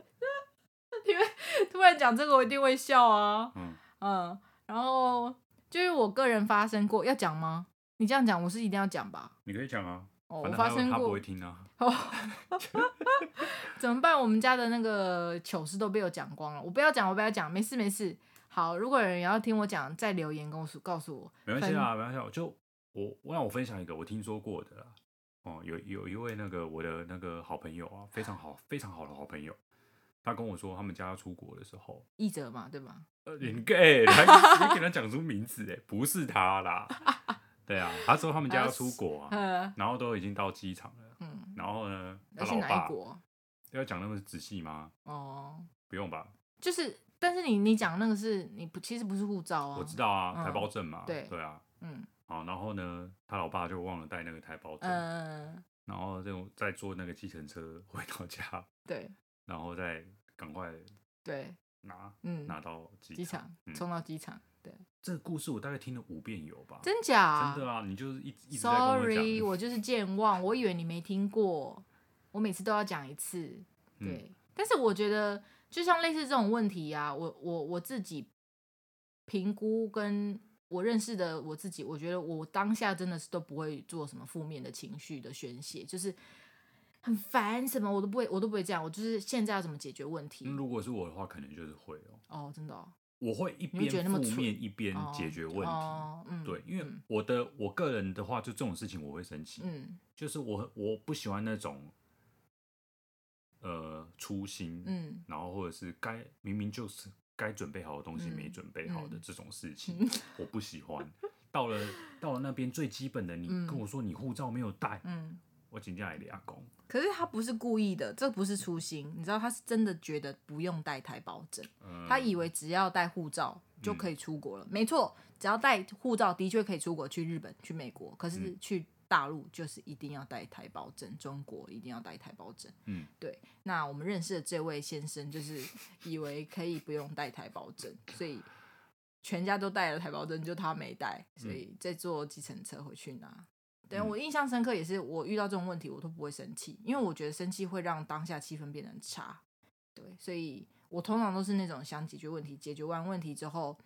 S2: 因为突然讲这个我一定会笑啊。
S1: 嗯，
S2: 嗯，然后就是我个人发生过，要讲吗？你这样讲，我是一定要讲吧？
S1: 你可以讲啊，
S2: 哦，我
S1: 反正
S2: 发
S1: 他
S2: 生
S1: 他不
S2: 过
S1: 会，听啊。
S2: 怎么办？我们家的那个糗事都被我讲光了。我不要讲，我不要讲，没事没事。好，如果有人要听我讲，再留言跟我说，告诉我。
S1: 没关系啊，没关系啊，就我我让我分享一个我听说过的啦。哦，有有一位那个我的那个好朋友啊，非常好非常好的好朋友，他跟我说他们家要出国的时候，
S2: 译者嘛，对吧？
S1: 呃，
S2: 嗯
S1: 你给、欸、他 你给他讲出名字哎、不是他啦，对啊，他说他们家要出国啊，
S2: 呃，
S1: 然后都已经到机场了，
S2: 嗯，
S1: 然后呢，他
S2: 要去
S1: 老
S2: 哪一
S1: 爸
S2: 国？
S1: 要讲那么仔细吗？
S2: 哦，
S1: 不用吧，
S2: 就是，但是你你讲那个是你不，其实不是护照啊。
S1: 我知。道啊，
S2: 嗯
S1: 台胞证嘛，
S2: 对
S1: 对啊，
S2: 嗯
S1: 好，然后呢，他老爸就忘了带那个台胞证，
S2: 嗯、呃，
S1: 然后就再坐那个计程车回到家，
S2: 对
S1: 然后再赶快
S2: 对，
S1: 拿
S2: 嗯，
S1: 拿到机
S2: 机场
S1: 嗯
S2: 冲到机场，对，
S1: 这个故事我大概听了五遍有吧？
S2: 真假啊？
S1: 真的啊，你就是一直一直在跟我
S2: Sorry，
S1: 讲。
S2: 我就是健忘，我以为你没听过，我每次都要讲一次。
S1: 嗯
S2: 对，但是我觉得就像类似这种问题啊，我我我自己评估跟我认识的我自己，我觉得我当下真的是都不会做什么负面的情绪的宣泄，就是很烦什么我都不会，我都不会这样。我就是现在要怎么解决问题？
S1: 嗯如果是我的话，可能就是会哦，
S2: 哦，真的哦，
S1: 我会一
S2: 你会觉得
S1: 边
S2: 那么
S1: 负
S2: 蠢
S1: 面一边解决问题。
S2: 哦，嗯，
S1: 对，因为
S2: 嗯
S1: 我的我个人的话，就这种事情我会生气，
S2: 嗯
S1: 就是我我不喜欢那种呃粗心，
S2: 嗯
S1: 然后或者是该明明就是该准备好的东西
S2: 嗯
S1: 没准备好的这种 事情，
S2: 嗯
S1: 我不喜欢。到了到了那边最基本的，你
S2: 嗯
S1: 跟我说你护照没有带，
S2: 嗯。
S1: 我请假来俩工。
S2: 可是他不是故意的，这不是粗心，你知道他是真的觉得不用带台胞证，
S1: 嗯
S2: 他以为只要带护照就可以出国了。没错，只要带护照的确可以出国，去日本、去美国，可是
S1: 嗯
S2: 去大陆就是一定要带台胞证，中国一定要带台胞证。
S1: 嗯，
S2: 对。那我们认识的这位先生就是以为可以不用带台胞证，所以全家都带了台胞证，就他没带，所以再坐计程车回去拿。对啊
S1: 嗯
S2: 我印象深刻，也是我遇到这种问题，我都不会生气，因为我觉得生气会让当下气氛变得很差。对，所以我通常都是那种想解决问题，解决完问题之后，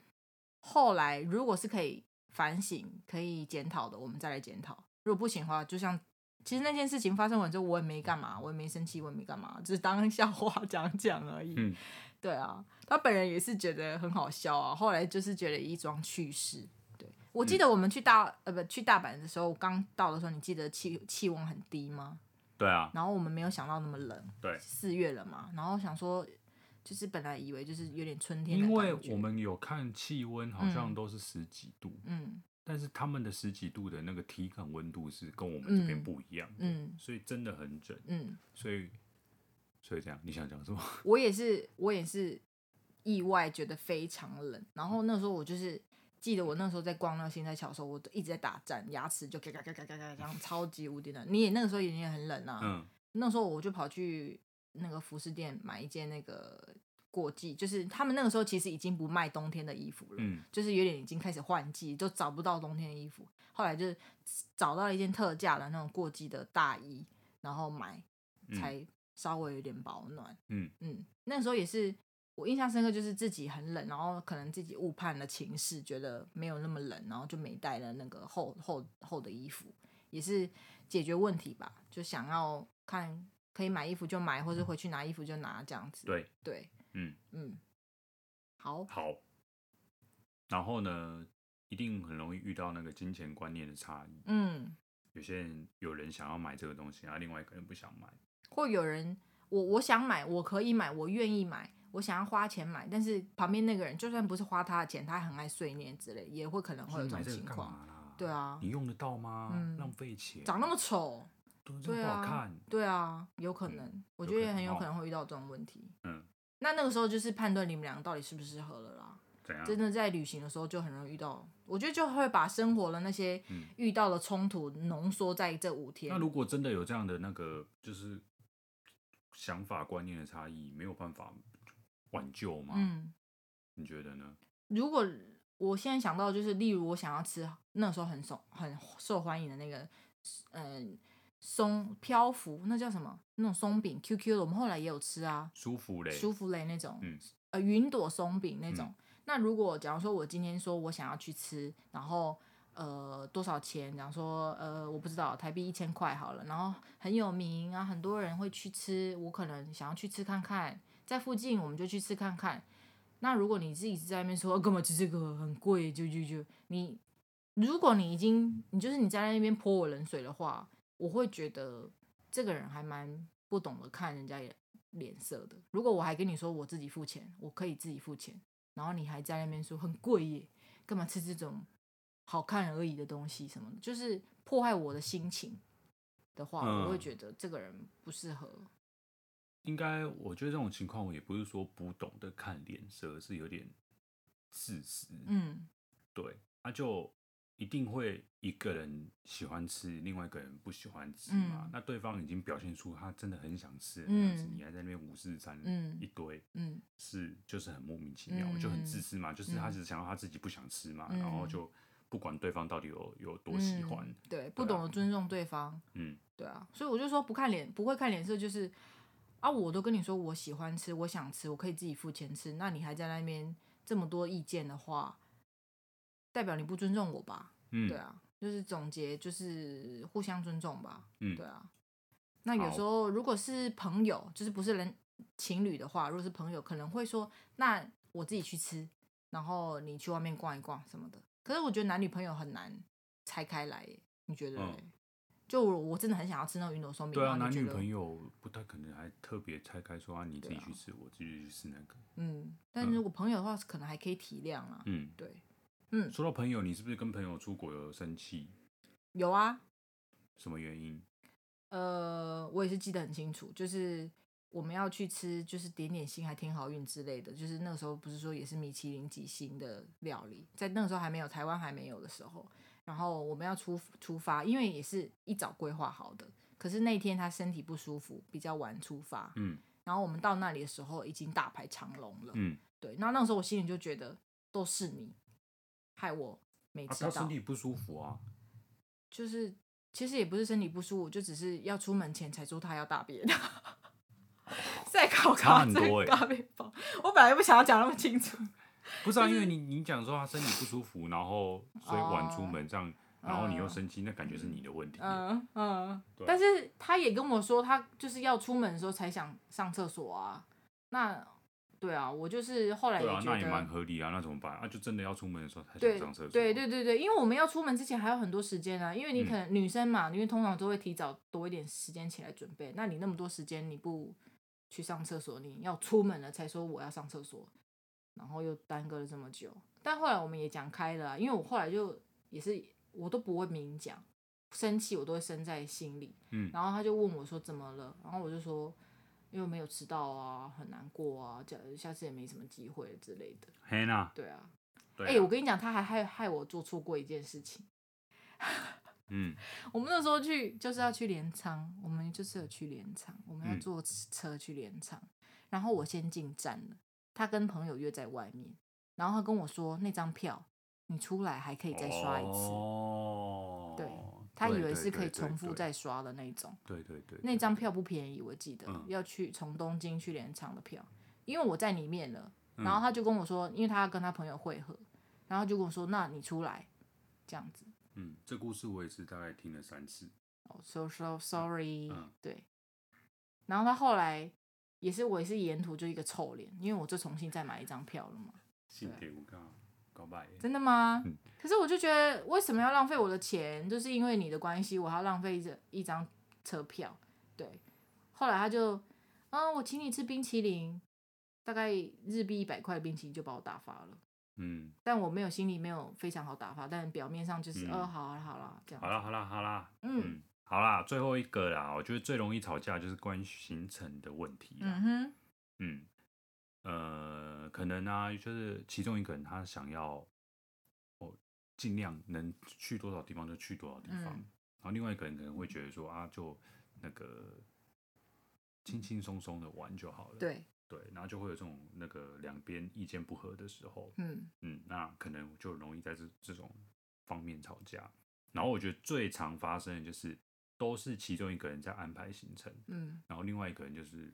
S2: 后来如果是可以反省、可以检讨的，我们再来检讨；如果不行的话，就像其实那件事情发生完之后，我也没干嘛，我也没生气，我也没干嘛，只是当笑话讲讲而已。
S1: 嗯
S2: 对啊，他本人也是觉得很好笑啊，后来就是觉得一桩趣事。对我记
S1: 嗯
S2: 得我们去大、呃不去大阪的时候，刚到的时候，你记得气气温很低吗？
S1: 对啊，
S2: 然后我们没有想到那么冷，
S1: 对
S2: 四月了嘛，然后想说，就是本来以为就是有点春天的
S1: 因为
S2: 感觉
S1: 我们有看气温，好像都是十几度，
S2: 嗯
S1: 但是他们的十几度的那个体感温度是跟我们这边
S2: 嗯
S1: 不一样的，
S2: 嗯
S1: 所以真的很准。
S2: 嗯，
S1: 所以所以这样，你想讲什么？
S2: 我也是，我也是意外觉得非常冷，然后那时候我就是。记得我那时候在逛那个新菜桥的时候，我都一直在打颤，牙齿就嘎嘎嘎嘎嘎嘎，然后超级无敌冷。你也那个时候也很冷啊，
S1: 嗯
S2: 那时候我就跑去那个服饰店买一件那个过季，就是他们那个时候其实已经不卖冬天的衣服了，
S1: 嗯
S2: 就是有点已经开始换季，就找不到冬天的衣服。后来就是找到了一件特价的那种过季的大衣，然后买
S1: 嗯
S2: 才稍微有点保暖。
S1: 嗯
S2: 嗯，那时候也是我印象深刻，就是自己很冷，然后可能自己误判了情势，觉得没有那么冷，然后就没带了那个厚厚厚的衣服，也是解决问题吧，就想要看可以买衣服就买，或者回去拿衣服就拿这样子。
S1: 嗯对，
S2: 对，
S1: 嗯
S2: 嗯，好，
S1: 好。然后呢，一定很容易遇到那个金钱观念的差异。
S2: 嗯。
S1: 有些人有人想要买这个东西，然后另外一个人不想买。
S2: 或有人我我想买，我可以买，我愿意买，我想要花钱买，但是旁边那个人就算不是花他的钱，他很爱碎念之类，也会可能会有
S1: 你
S2: 这
S1: 买
S2: 种
S1: 这个
S2: 情
S1: 干
S2: 况。
S1: 嘛啦？
S2: 对啊
S1: 你，用得到吗？
S2: 嗯
S1: 浪费钱，
S2: 长那么丑，
S1: 都这么
S2: 对
S1: 不
S2: 啊，
S1: 好看。
S2: 对啊，有可能，我觉得也很
S1: 嗯
S2: 有
S1: 有可
S2: 可
S1: 能哦
S2: 能会遇到这种问题。
S1: 嗯，
S2: 那那个时候就是判断你们俩到底适不适合了啦。
S1: 怎样？
S2: 真的在旅行的时候就很容易遇到，我觉得就会把生活的那些
S1: 嗯
S2: 遇到的冲突浓缩在这五天
S1: 那。如果真的有这样的那个，就是想法观念的差异，没有办法挽救吗？
S2: 嗯，
S1: 你觉得呢？
S2: 如果我现在想到就是，例如我想要吃那时候很受很受欢迎的那个，呃，松漂浮，那叫什么？那种松饼 QQ 的，我们后来也有吃啊，
S1: 舒服嘞，
S2: 舒芙蕾那种，
S1: 嗯
S2: 呃，云朵松饼那种。那如果假如说我今天说我想要去吃，然后呃多少钱？假如说呃我不知道，台币一千块好了，然后很有名啊，很多人会去吃，我可能想要去吃看看，在附近我们就去吃看看。那如果你自己在那边说呃干嘛吃这个很贵，就就就你，如果你已经你就是你在那边泼我冷水的话，我会觉得这个人还蛮不懂得看人家脸脸色的。如果我还跟你说我自己付钱，我可以自己付钱，然后你还在那边说很贵耶，干嘛吃这种好看而已的东西什么的，就是破坏我的心情的话，
S1: 嗯
S2: 我会觉得这个人不适合。
S1: 应该，我觉得这种情况，我也不是说不懂得看脸色，而是有点自私。，
S2: 嗯
S1: 对，他就一定会一个人喜欢吃，另外一个人不喜欢吃
S2: 嗯
S1: 嘛。那对方已经表现出他真的很想吃的样子，
S2: 嗯
S1: 你还在那边五四三
S2: 嗯
S1: 一堆，
S2: 嗯
S1: 是就是很莫名其妙，就很自私嘛。就是他只是想要他自己不想吃嘛，然后
S2: 嗯
S1: 就不管对方到底有有多喜欢啊
S2: 嗯，对，不懂得尊重对方。
S1: 嗯
S2: 对啊，所以我就说不看脸，不会看脸色就是啊，我都跟你说我喜欢吃，我想吃，我可以自己付钱吃，那你还在那边这么多意见的话，代表你不尊重我吧？
S1: 嗯
S2: 对啊，就是总结就是互相尊重吧。
S1: 嗯
S2: 对啊。那有时候如果是朋友，就是不是人情侣的话，如果是朋友，可能会说，那我自己去吃，然后你去外面逛一逛什么的。可是我觉得男女朋友很难拆开来耶，你觉得嘞？
S1: 嗯
S2: 就我我真的很想要吃那个云朵松饼，
S1: 对啊，
S2: 然后
S1: 男
S2: 你觉
S1: 女
S2: 得
S1: 朋友不太可能还特别拆开说啊，你自己
S2: 对啊
S1: 去吃，我自己去吃那个。
S2: 嗯，但
S1: 嗯
S2: 如果朋友的话，可能还可以体谅啊。
S1: 嗯，
S2: 对，
S1: 说到朋友，你是不是跟朋友出国有生气？
S2: 有啊，
S1: 什么原因？
S2: 呃，我也是记得很清楚，就是我们要去吃，就是点点心还挺好运之类的，就是那个时候不是说也是米其林几星的料理，在那个时候还没有台湾还没有的时候，然后我们要出出发，因为也是一早规划好的，可是那天他身体不舒服，比较晚出发，
S1: 嗯
S2: 然后我们到那里的时候已经大排长龙了，
S1: 嗯，
S2: 对，那那时候我心里就觉得都是你害我没
S1: 啊，
S2: 吃
S1: 他
S2: 到，
S1: 身体不舒服啊。
S2: 就是其实也不是身体不舒服，就只是要出门前才说他要大便。 在考
S1: 差
S2: 考
S1: 很
S2: 这
S1: 多欸
S2: 大便包，我本来不想要讲那么清楚。
S1: 不是啊，因为你你讲说他身体不舒服，然后所以晚出门这样， 然后你又生气，那感觉是你的问题。
S2: 哦嗯嗯
S1: 对，啊
S2: 但是他也跟我说，他就是要出门的时候才想上厕所啊。那对啊，我就是后来也
S1: 对啊，
S2: 觉
S1: 那也蛮
S2: 得，
S1: 合理啊，那怎么办啊？就真的要出门的时候才
S2: 对
S1: 想上厕所。
S2: 对对对对，因为我们要出门之前还有很多时间啊，因为你
S1: 嗯
S2: 可能女生嘛，因为通常都会提早多一点时间起来准备，那你那么多时间你不去上厕所，你要出门了才说我要上厕所，然后又耽搁了这么久。但后来我们也讲开了啊、因为我后来就也是我都不会明讲，生气我都会生在心里。
S1: 嗯
S2: 然后他就问我说怎么了，然后我就说因为没有吃到啊，很难过啊，下下次也没什么机会之类的。
S1: 嘿娜，
S2: 对啊，哎、
S1: 对啊，
S2: 我跟你讲，他还害害我做错过一件事情。
S1: 嗯
S2: 我们那时候去就是要去镰仓，我们就是有去镰仓，我们要
S1: 嗯
S2: 坐车去镰仓。然后我先进站了，他跟朋友约在外面，然后他跟我说那张票你出来还可以再刷一次，
S1: 哦，
S2: 对他以为是可以
S1: 对对
S2: 重复
S1: 对
S2: 再刷的那种。
S1: 对对对，
S2: 那张票不便宜，我记得、
S1: 嗯
S2: 要去从东京去镰仓的票，因为我在里面了。
S1: 嗯
S2: 然后他就跟我说，因为他要跟他朋友会合，然后就跟我说，那你出来这样子。
S1: 嗯，这故事我也是大概听了三次。
S2: 哦，so so sorry，、
S1: 嗯
S2: 对。然后他后来也是，我也是沿途就一个臭脸，因为我就重新再买一张票了嘛。
S1: 信铁我告告白，
S2: 真的吗？
S1: 嗯
S2: 可是我就觉得，为什么要浪费我的钱？就是因为你的关系，我还要浪费这一张车票。对，后来他就，嗯，我请你吃冰淇淋，大概日币一百块的冰淇淋就把我打发了。
S1: 嗯，
S2: 但我没有心里没有非常好打发，但表面上就是，
S1: 嗯
S2: 哦，好啦好啦，这样。
S1: 好啦好啦好啦，
S2: 嗯
S1: 嗯，好啦，最后一个啦，我觉得最容易吵架就是关于行程的问题啦。
S2: 嗯哼，
S1: 嗯，呃，可能啊，就是其中一个人他想要哦，尽量能去多少地方就去多少地方，
S2: 嗯
S1: 然后另外一个人可能会觉得说啊，就那个轻轻松松的玩就好了。
S2: 对，
S1: 对，然后就会有这种那个两边意见不合的时候，
S2: 嗯
S1: 嗯，那可能就容易在这这种方面吵架。然后我觉得最常发生的就是都是其中一个人在安排行程，
S2: 嗯，
S1: 然后另外一个人就是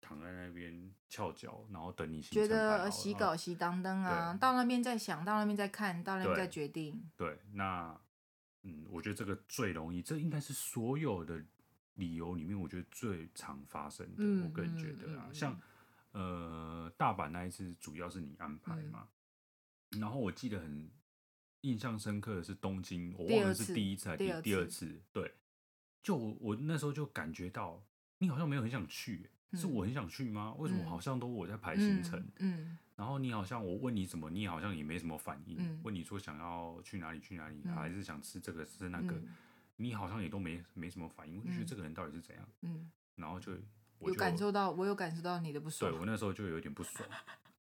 S1: 躺在那边翘脚，然后等你行
S2: 觉
S1: 程排
S2: 得
S1: 好
S2: 呃
S1: 了
S2: 洗稿洗当当啊，
S1: 对
S2: 到那边再想，到那边再看，到那边
S1: 对
S2: 再决定。
S1: 对，那嗯，我觉得这个最容易，这应该是所有的理由里面，我觉得最常发生的。
S2: 嗯
S1: 我个人觉得啊，
S2: 嗯嗯嗯嗯
S1: 像呃大阪那一次，主要是你安排嘛。然后我记得很印象深刻的是东京，我
S2: 第
S1: 忘
S2: 二
S1: 了
S2: 次
S1: 是第一次还是
S2: 第
S1: 第
S2: 二
S1: 第二
S2: 次
S1: 次。对，就我我那时候就感觉到你好像没有很想去、欸是
S2: 嗯
S1: 我很想去吗？为什么
S2: 嗯
S1: 好像都我在排行
S2: 嗯
S1: 程？
S2: 嗯
S1: 然后你好像我问你什么，你好像也没什么反应。
S2: 嗯
S1: 问你说想要去哪里去哪里，
S2: 嗯
S1: 还是想吃这个吃那个，
S2: 嗯
S1: 你好像也都没没什么反应。我就觉得
S2: 嗯
S1: 这个人到底是怎样，
S2: 嗯，
S1: 然后就我
S2: 有
S1: 就
S2: 感受到，我有感受到你的不
S1: 对
S2: 爽。
S1: 我那时候就有点不 爽。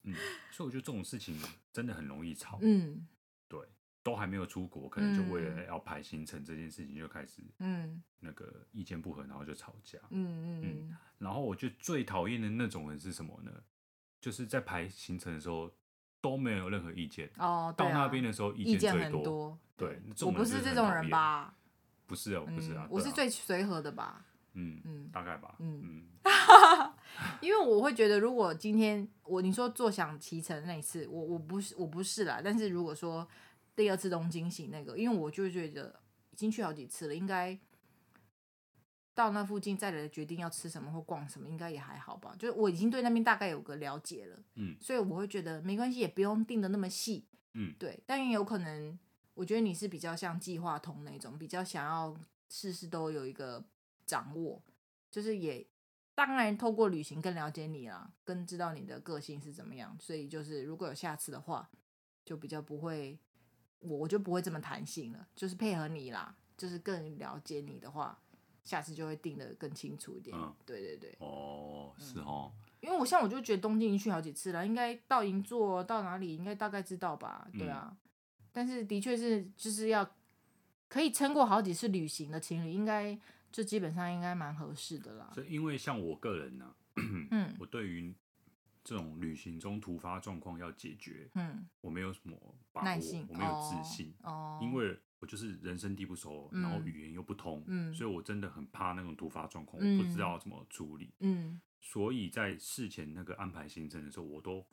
S1: 嗯，所以我觉得这种事情真的很容易吵。
S2: 嗯
S1: 对，都还没有出国，可能就为了
S2: 嗯
S1: 要排行程这件事情就开始
S2: 嗯
S1: 那个意见不合，然后就吵架。
S2: 嗯嗯
S1: 然后我觉得最讨厌的那种人是什么呢？就是在排行程的时候都没有任何意见。
S2: 嗯，哦，对
S1: 到那
S2: 啊
S1: 边的时候
S2: 意
S1: 意
S2: 见
S1: 见最
S2: 很多。
S1: 对这种
S2: 我
S1: 人
S2: 不
S1: 就是
S2: 这
S1: 很
S2: 种
S1: 讨
S2: 人
S1: 厌
S2: 吧？
S1: 不是啊，我不是啊
S2: 嗯，，我
S1: 对
S2: 是
S1: 啊
S2: 最随和的吧？
S1: 嗯
S2: 嗯
S1: 大概吧，
S2: 嗯
S1: 嗯，
S2: 因为我会觉得，如果今天我你说坐享其成那一次，我我不是我不是啦，但是如果说第二次东京行那个，因为我就觉得已经去好几次了，应该到那附近再来决定要吃什么或逛什么，应该也还好吧。就是我已经对那边大概有个了解了，
S1: 嗯，
S2: 所以我会觉得没关系，也不用定的那么细，
S1: 嗯，
S2: 对。但也有可能，我觉得你是比较像计划通那种，比较想要事事都有一个掌握，就是也当然透过旅行更了解你啦，更知道你的个性是怎么样。所以就是如果有下次的话，就比较不会，我我就不会这么弹性了，就是配合你啦，就是更了解你的话，下次就会定的更清楚一点。
S1: 嗯
S2: 对对对。
S1: 哦，
S2: 嗯
S1: 是哦，
S2: 因为我像我就觉得东京已经去好几次了，应该到银座到哪里应该大概知道吧？
S1: 嗯
S2: 对啊，但是的确是就是要可以撑过好几次旅行的情侣，应该就基本上应该蛮合适的啦。
S1: 所以因为像我个人呢、
S2: 嗯
S1: 我对于这种旅行中突发状况要解决，
S2: 嗯，
S1: 我没有什么把
S2: 耐
S1: 握
S2: 心，
S1: 我没有自信，
S2: 哦，哦
S1: 因为我就是人生地不熟，然后
S2: 嗯
S1: 语言又不通，
S2: 嗯
S1: 所以我真的很怕那种突发状况，
S2: 嗯
S1: 我不知道怎么处理。
S2: 嗯
S1: 所以在事前那个安排行程的时候，我都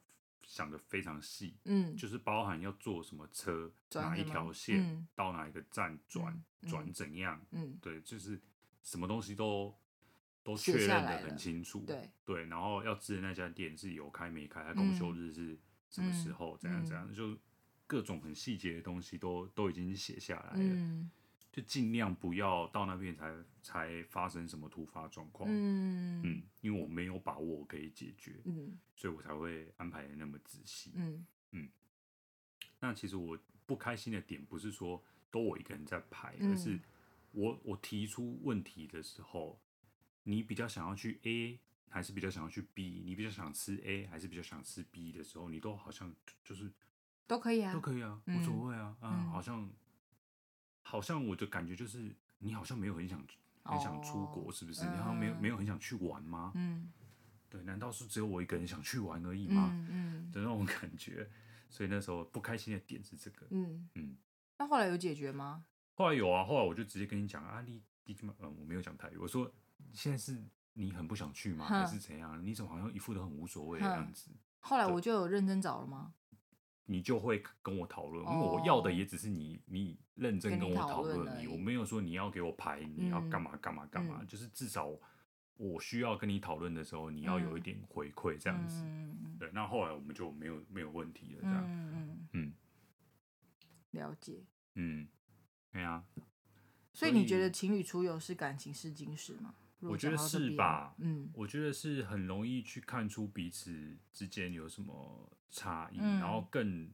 S1: 想的非常细，
S2: 嗯
S1: 就是包含要坐什么车，
S2: 转
S1: 哪一
S2: 什么
S1: 条线，
S2: 嗯
S1: 到哪一个站转
S2: 嗯，嗯
S1: 转、怎样，
S2: 嗯，
S1: 对，就是什么东西都都
S2: 写
S1: 确认
S2: 下来
S1: 的
S2: 了
S1: 很清楚，
S2: 对，嗯
S1: 对，然后要知那家店是有开没开，它公休日是什么时候，怎样怎样，就各种很细节的东西都都已经写下来了，
S2: 嗯
S1: 就尽量不要到那边才才发生什么突发状况。
S2: 嗯
S1: 哦嗯因为我没有把握我可以解决，
S2: 嗯
S1: 所以我才会安排的那么仔细。
S2: 嗯
S1: 那其实我不开心的点不是说都我一个人在排，
S2: 嗯
S1: 而是我我提出问题的时候，你比较想要去 A 还是比较想要去 B？你比较想吃 A 还是比较想吃 B 的时候，你都好像就是
S2: 都可以啊
S1: 都，可以啊，
S2: 嗯
S1: 无所谓啊，啊，
S2: 嗯
S1: 好像好像我的感觉就是你好像没有很想很想出国，
S2: 哦
S1: 是不是？你好像没有没有很想去玩吗？
S2: 嗯
S1: 对，难道是只有我一个人想去玩而已吗？
S2: 嗯嗯
S1: 的那种感觉。所以那时候不开心的点是这个。
S2: 嗯
S1: 嗯
S2: 嗯，那后来有解决吗？
S1: 后来有啊，后来我就直接跟你讲啊，你你怎么嗯，我没有讲台语，我说现在是你很不想去吗？还
S2: 哼
S1: 是怎样？你怎么好像一副都很无所谓的
S2: 哼
S1: 样子？
S2: 后来
S1: 对
S2: 我就有认真找了吗？
S1: 你就会跟我讨论，因为我要的
S2: 哦
S1: 也只是你，你认真
S2: 跟
S1: 跟
S2: 你
S1: 我
S2: 讨
S1: 讨
S2: 论
S1: 论
S2: 而
S1: 你，
S2: 已
S1: 我没有说你要给我排，你要干
S2: 嗯
S1: 嘛干嘛干嘛，
S2: 嗯
S1: 就是至少我需要跟你讨论的时候，你要有一
S2: 嗯
S1: 点回馈这
S2: 这
S1: 样子。
S2: 嗯嗯
S1: 对，那后来我们就没有没有问题了，这样，
S2: 嗯嗯
S1: 嗯
S2: 嗯，了解。
S1: 嗯，对啊，
S2: 所
S1: 所
S2: 以你觉
S1: 以
S2: 得情侣出游是感情是金石吗？如果
S1: 我觉得
S2: 讲到这
S1: 是
S2: 边
S1: 吧
S2: 嗯
S1: 我觉得是很容易去看出彼此之间有什么差异，
S2: 嗯
S1: 然后更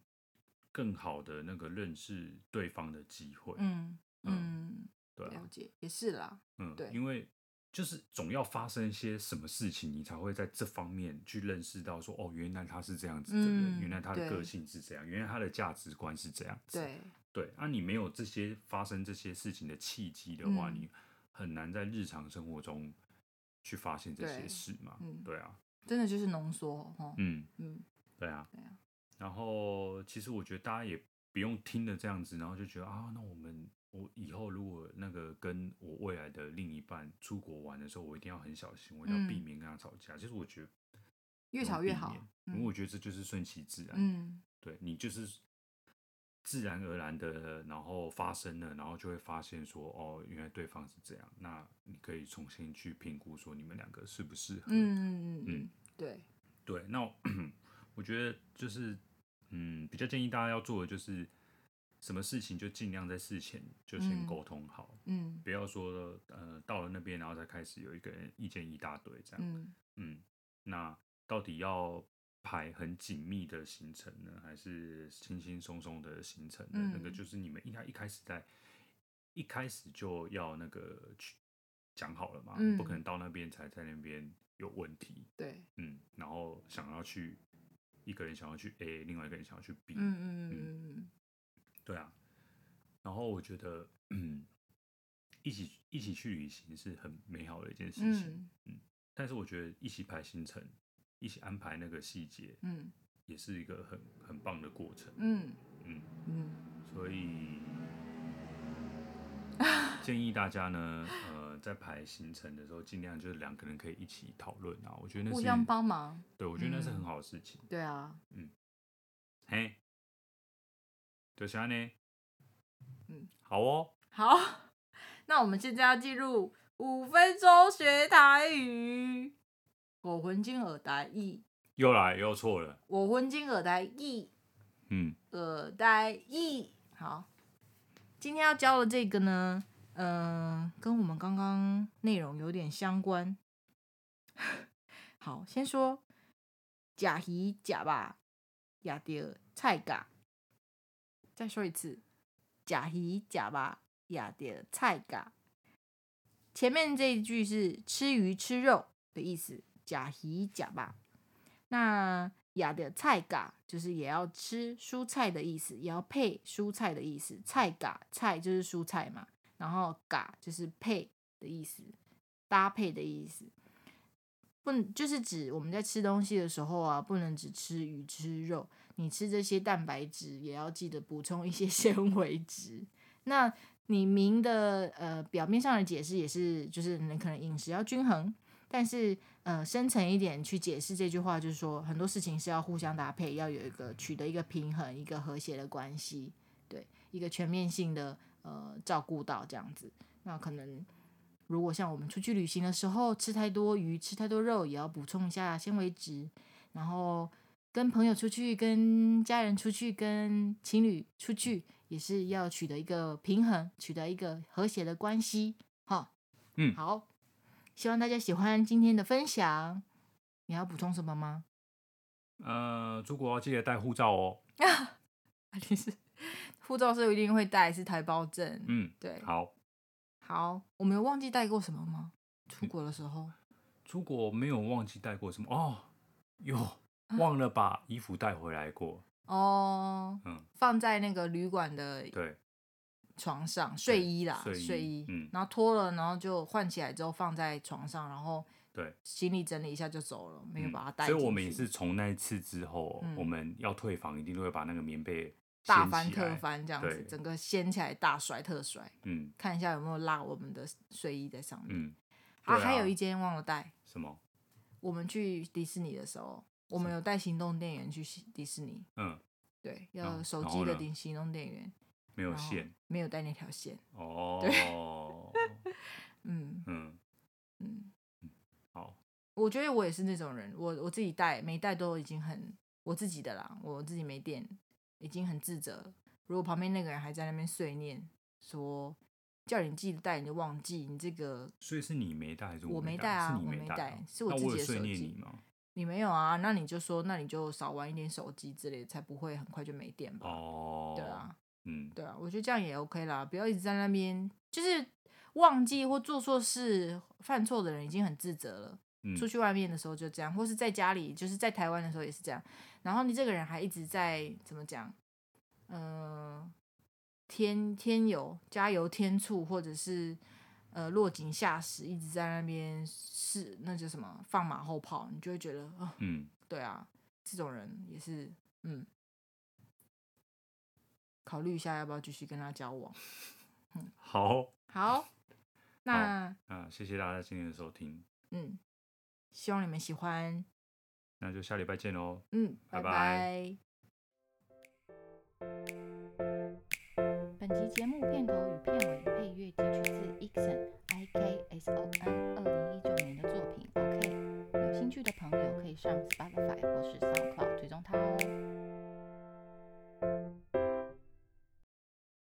S1: 更好的那个认识对方的机会。
S2: 嗯
S1: 嗯
S2: 嗯，
S1: 对
S2: 了
S1: 啊，
S2: 解，也是啦。
S1: 嗯，
S2: 对
S1: 因为就是总要发生一些什么事情，你才会在这方面去认识到说，哦，原来他是这样子的人，
S2: 嗯
S1: 原来他的
S2: 对
S1: 个性是这样，原来他的价值观是这样子。
S2: 对，
S1: 对，啊，你没有这些发生这些事情的契机的话，
S2: 嗯
S1: 你很难在日常生活中去发现这些
S2: 对
S1: 事嘛。
S2: 嗯
S1: 对啊，
S2: 真的就是浓缩哦。
S1: 嗯。
S2: 嗯
S1: 对啊，
S2: 对啊
S1: 然后其实我觉得大家也不用听了这样子，然后就觉得啊，那我们我以后如果那个跟我未来的另一半出国玩的时候，我一定要很小心，我一定要避
S2: 嗯
S1: 免跟他吵架。其实我觉得
S2: 越
S1: 不用
S2: 吵越
S1: 避
S2: 好
S1: 免
S2: 嗯
S1: 因为我觉得这就是顺其自然，
S2: 嗯
S1: 对你就是自然而然的，然后发生了，然后就会发现说，哦，原来对方是这样，那你可以重新去评估说你们两个适不适合，
S2: 嗯嗯嗯
S1: 嗯
S2: 嗯，对，
S1: 对，那我我觉得就是，嗯，比较建议大家要做的就是，什么事情就尽量在事前就先
S2: 嗯
S1: 沟通好，
S2: 嗯
S1: 不要说呃到了那边然后再开始有一个人意见一大堆这样。
S2: 嗯
S1: 嗯，那到底要排很紧密的行程呢，还是轻轻松松的行程呢？那个
S2: 嗯
S1: 就是你们应该一开始在一开始就要那个去讲好了嘛，不可
S2: 嗯
S1: 能到那边才在那边有问题。
S2: 对，
S1: 嗯，然后想要去一个人想要去 A，另外一个人想要去 B，、
S2: 嗯嗯嗯嗯嗯
S1: 对啊。然后我觉得，嗯，一起一起去旅行是很美好的一件事情，
S2: 嗯
S1: 但是我觉得一起排行程，一起安排那个细节，
S2: 嗯
S1: 也是一个很很棒的过程，
S2: 嗯
S1: 嗯，
S2: 嗯
S1: 所以建议大家呢，呃，在排行程的时候，尽量就是两个人可以一起讨论啊。我觉得那
S2: 嗯互
S1: 是
S2: 相帮忙。
S1: 对，我觉得那是
S2: 嗯
S1: 很好的事情。
S2: 对啊，
S1: 嘿，就是安呢。
S2: 嗯，
S1: 好哦，
S2: 好， 那我们现在要进入五分钟学台语。我魂经耳呆意，
S1: 又来又错了。
S2: 我魂经耳呆意，
S1: 嗯，
S2: 耳呆呃意。好，今天要教的这个呢，嗯、跟我们刚刚内容有点相关。 好，先说假鱼假吧，亚丢菜嘎。再说一次，假鱼假吧，亚丢菜嘎。前面这一句是吃鱼吃肉的意思，假鱼假吧。那亚的菜嘎就是也要吃蔬菜的意思，也要配蔬菜的意思。菜嘎菜就是蔬菜嘛，然后嘎就是配的意思，搭配的意思。不能就是指我们在吃东西的时候啊，不能只吃鱼吃肉，你吃这些蛋白质也要记得补充一些 纤维质。那你明的呃表面上的解释也是，就是你可能饮食要均衡，但是呃，深层一点去解释这句话，就是说很多事情是要互相搭配，要有一个取得一个平衡，一个和谐的关系，对，一个全面性的呃照顾到这样子。那可能如果像我们出去旅行的时候，吃太多鱼、吃太多肉，也要补充一下纤维质。然后跟朋友出去、跟家人出去、跟情侣出去，也是要取得一个平衡，取得一个和谐的关系。哈，
S1: 嗯
S2: 好。希望大家喜欢今天的分享。你要补充什么 吗？
S1: 呃，出国要记得带护照哦。
S2: 啊你是护照是一定会带，是台胞证。
S1: 嗯，
S2: 对，
S1: 好，
S2: 好，我们有忘记带过什么吗？出国的时候，
S1: 出国没有忘记带过什么哦，
S2: 嗯
S1: 哟，忘了把衣服带回来过。
S2: 哦，
S1: 嗯，
S2: 放在那个旅馆的
S1: 对，
S2: 床上睡衣啦，
S1: 睡
S2: 睡
S1: 衣嗯
S2: 然后脱了，然后就换起来之后放在床上，然后
S1: 对
S2: 行李整理一下就走了，没有
S1: 嗯
S2: 把它带、
S1: 所
S2: 进
S1: 以我们
S2: 去
S1: 也是从那一次之后，
S2: 嗯
S1: 我们要退房一定都会把那个棉被
S2: 大
S1: 掀
S2: 翻
S1: 起
S2: 特
S1: 来。
S2: 翻这样子
S1: 对，
S2: 整个掀起来大甩特甩，
S1: 嗯
S2: 看一下有没有拉我们的睡衣在上面。
S1: 嗯，
S2: 啊，
S1: 对啊
S2: 还有一间忘了带，
S1: 什么？
S2: 我们去迪士尼的时候，我们有带行动电源去西迪士尼，
S1: 嗯，
S2: 对，
S1: 然
S2: 要
S1: 后
S2: 手
S1: 然
S2: 机
S1: 后
S2: 的
S1: 呢
S2: 电行动电源，
S1: 没有
S2: 然后
S1: 线
S2: 没有带那条线，
S1: 哦。
S2: 嗯
S1: 嗯，
S2: 嗯，
S1: 好，
S2: 我觉得我也是那种人，我我自己带没带都已经很我自己的啦，我自己没电已经很自责了。如果旁边那个人还在那边碎念说叫你记得带你就忘记，你这个
S1: 所以是你没带还是
S2: 我
S1: 没
S2: 没带啊
S1: 是你
S2: 我
S1: 没
S2: 没
S1: 带啊，
S2: 带是我
S1: 那
S2: 自己
S1: 有
S2: 的
S1: 碎
S2: 手
S1: 念
S2: 机
S1: 你吗？
S2: 你没有啊，那你就说那你就少玩一点手机之类的，才不会很快就没电吧？
S1: 哦，
S2: 对啊，
S1: 嗯，
S2: 对啊，我觉得这样也 OK 啦，不要一直在那边就是忘记或做错事、犯错的人已经很自责了。
S1: 嗯
S2: 出去外面的时候就这样，或是在家里，就是在台湾的时候也是这样。然后你这个人还一直在怎么讲？嗯、添添油、加油添醋，或者是呃落井下石，一直在那边是那叫什么放马后炮，你就会觉得啊、
S1: 嗯，
S2: 对啊，这种人也是，嗯，考虑一下要不要继续跟他交往。
S1: 好，
S2: 好，那
S1: 那谢谢大家今天的收听，
S2: 嗯，希望你们喜欢，
S1: 那就下礼拜见喽。
S2: 嗯，
S1: 拜
S2: 拜
S1: 拜
S3: 本集节目片头与片尾配乐截取自 Ixon I K S O N 二零一九年的作品 OK。有兴趣的朋友可以上 Spotify 或是 SoundCloud 追踪他哦。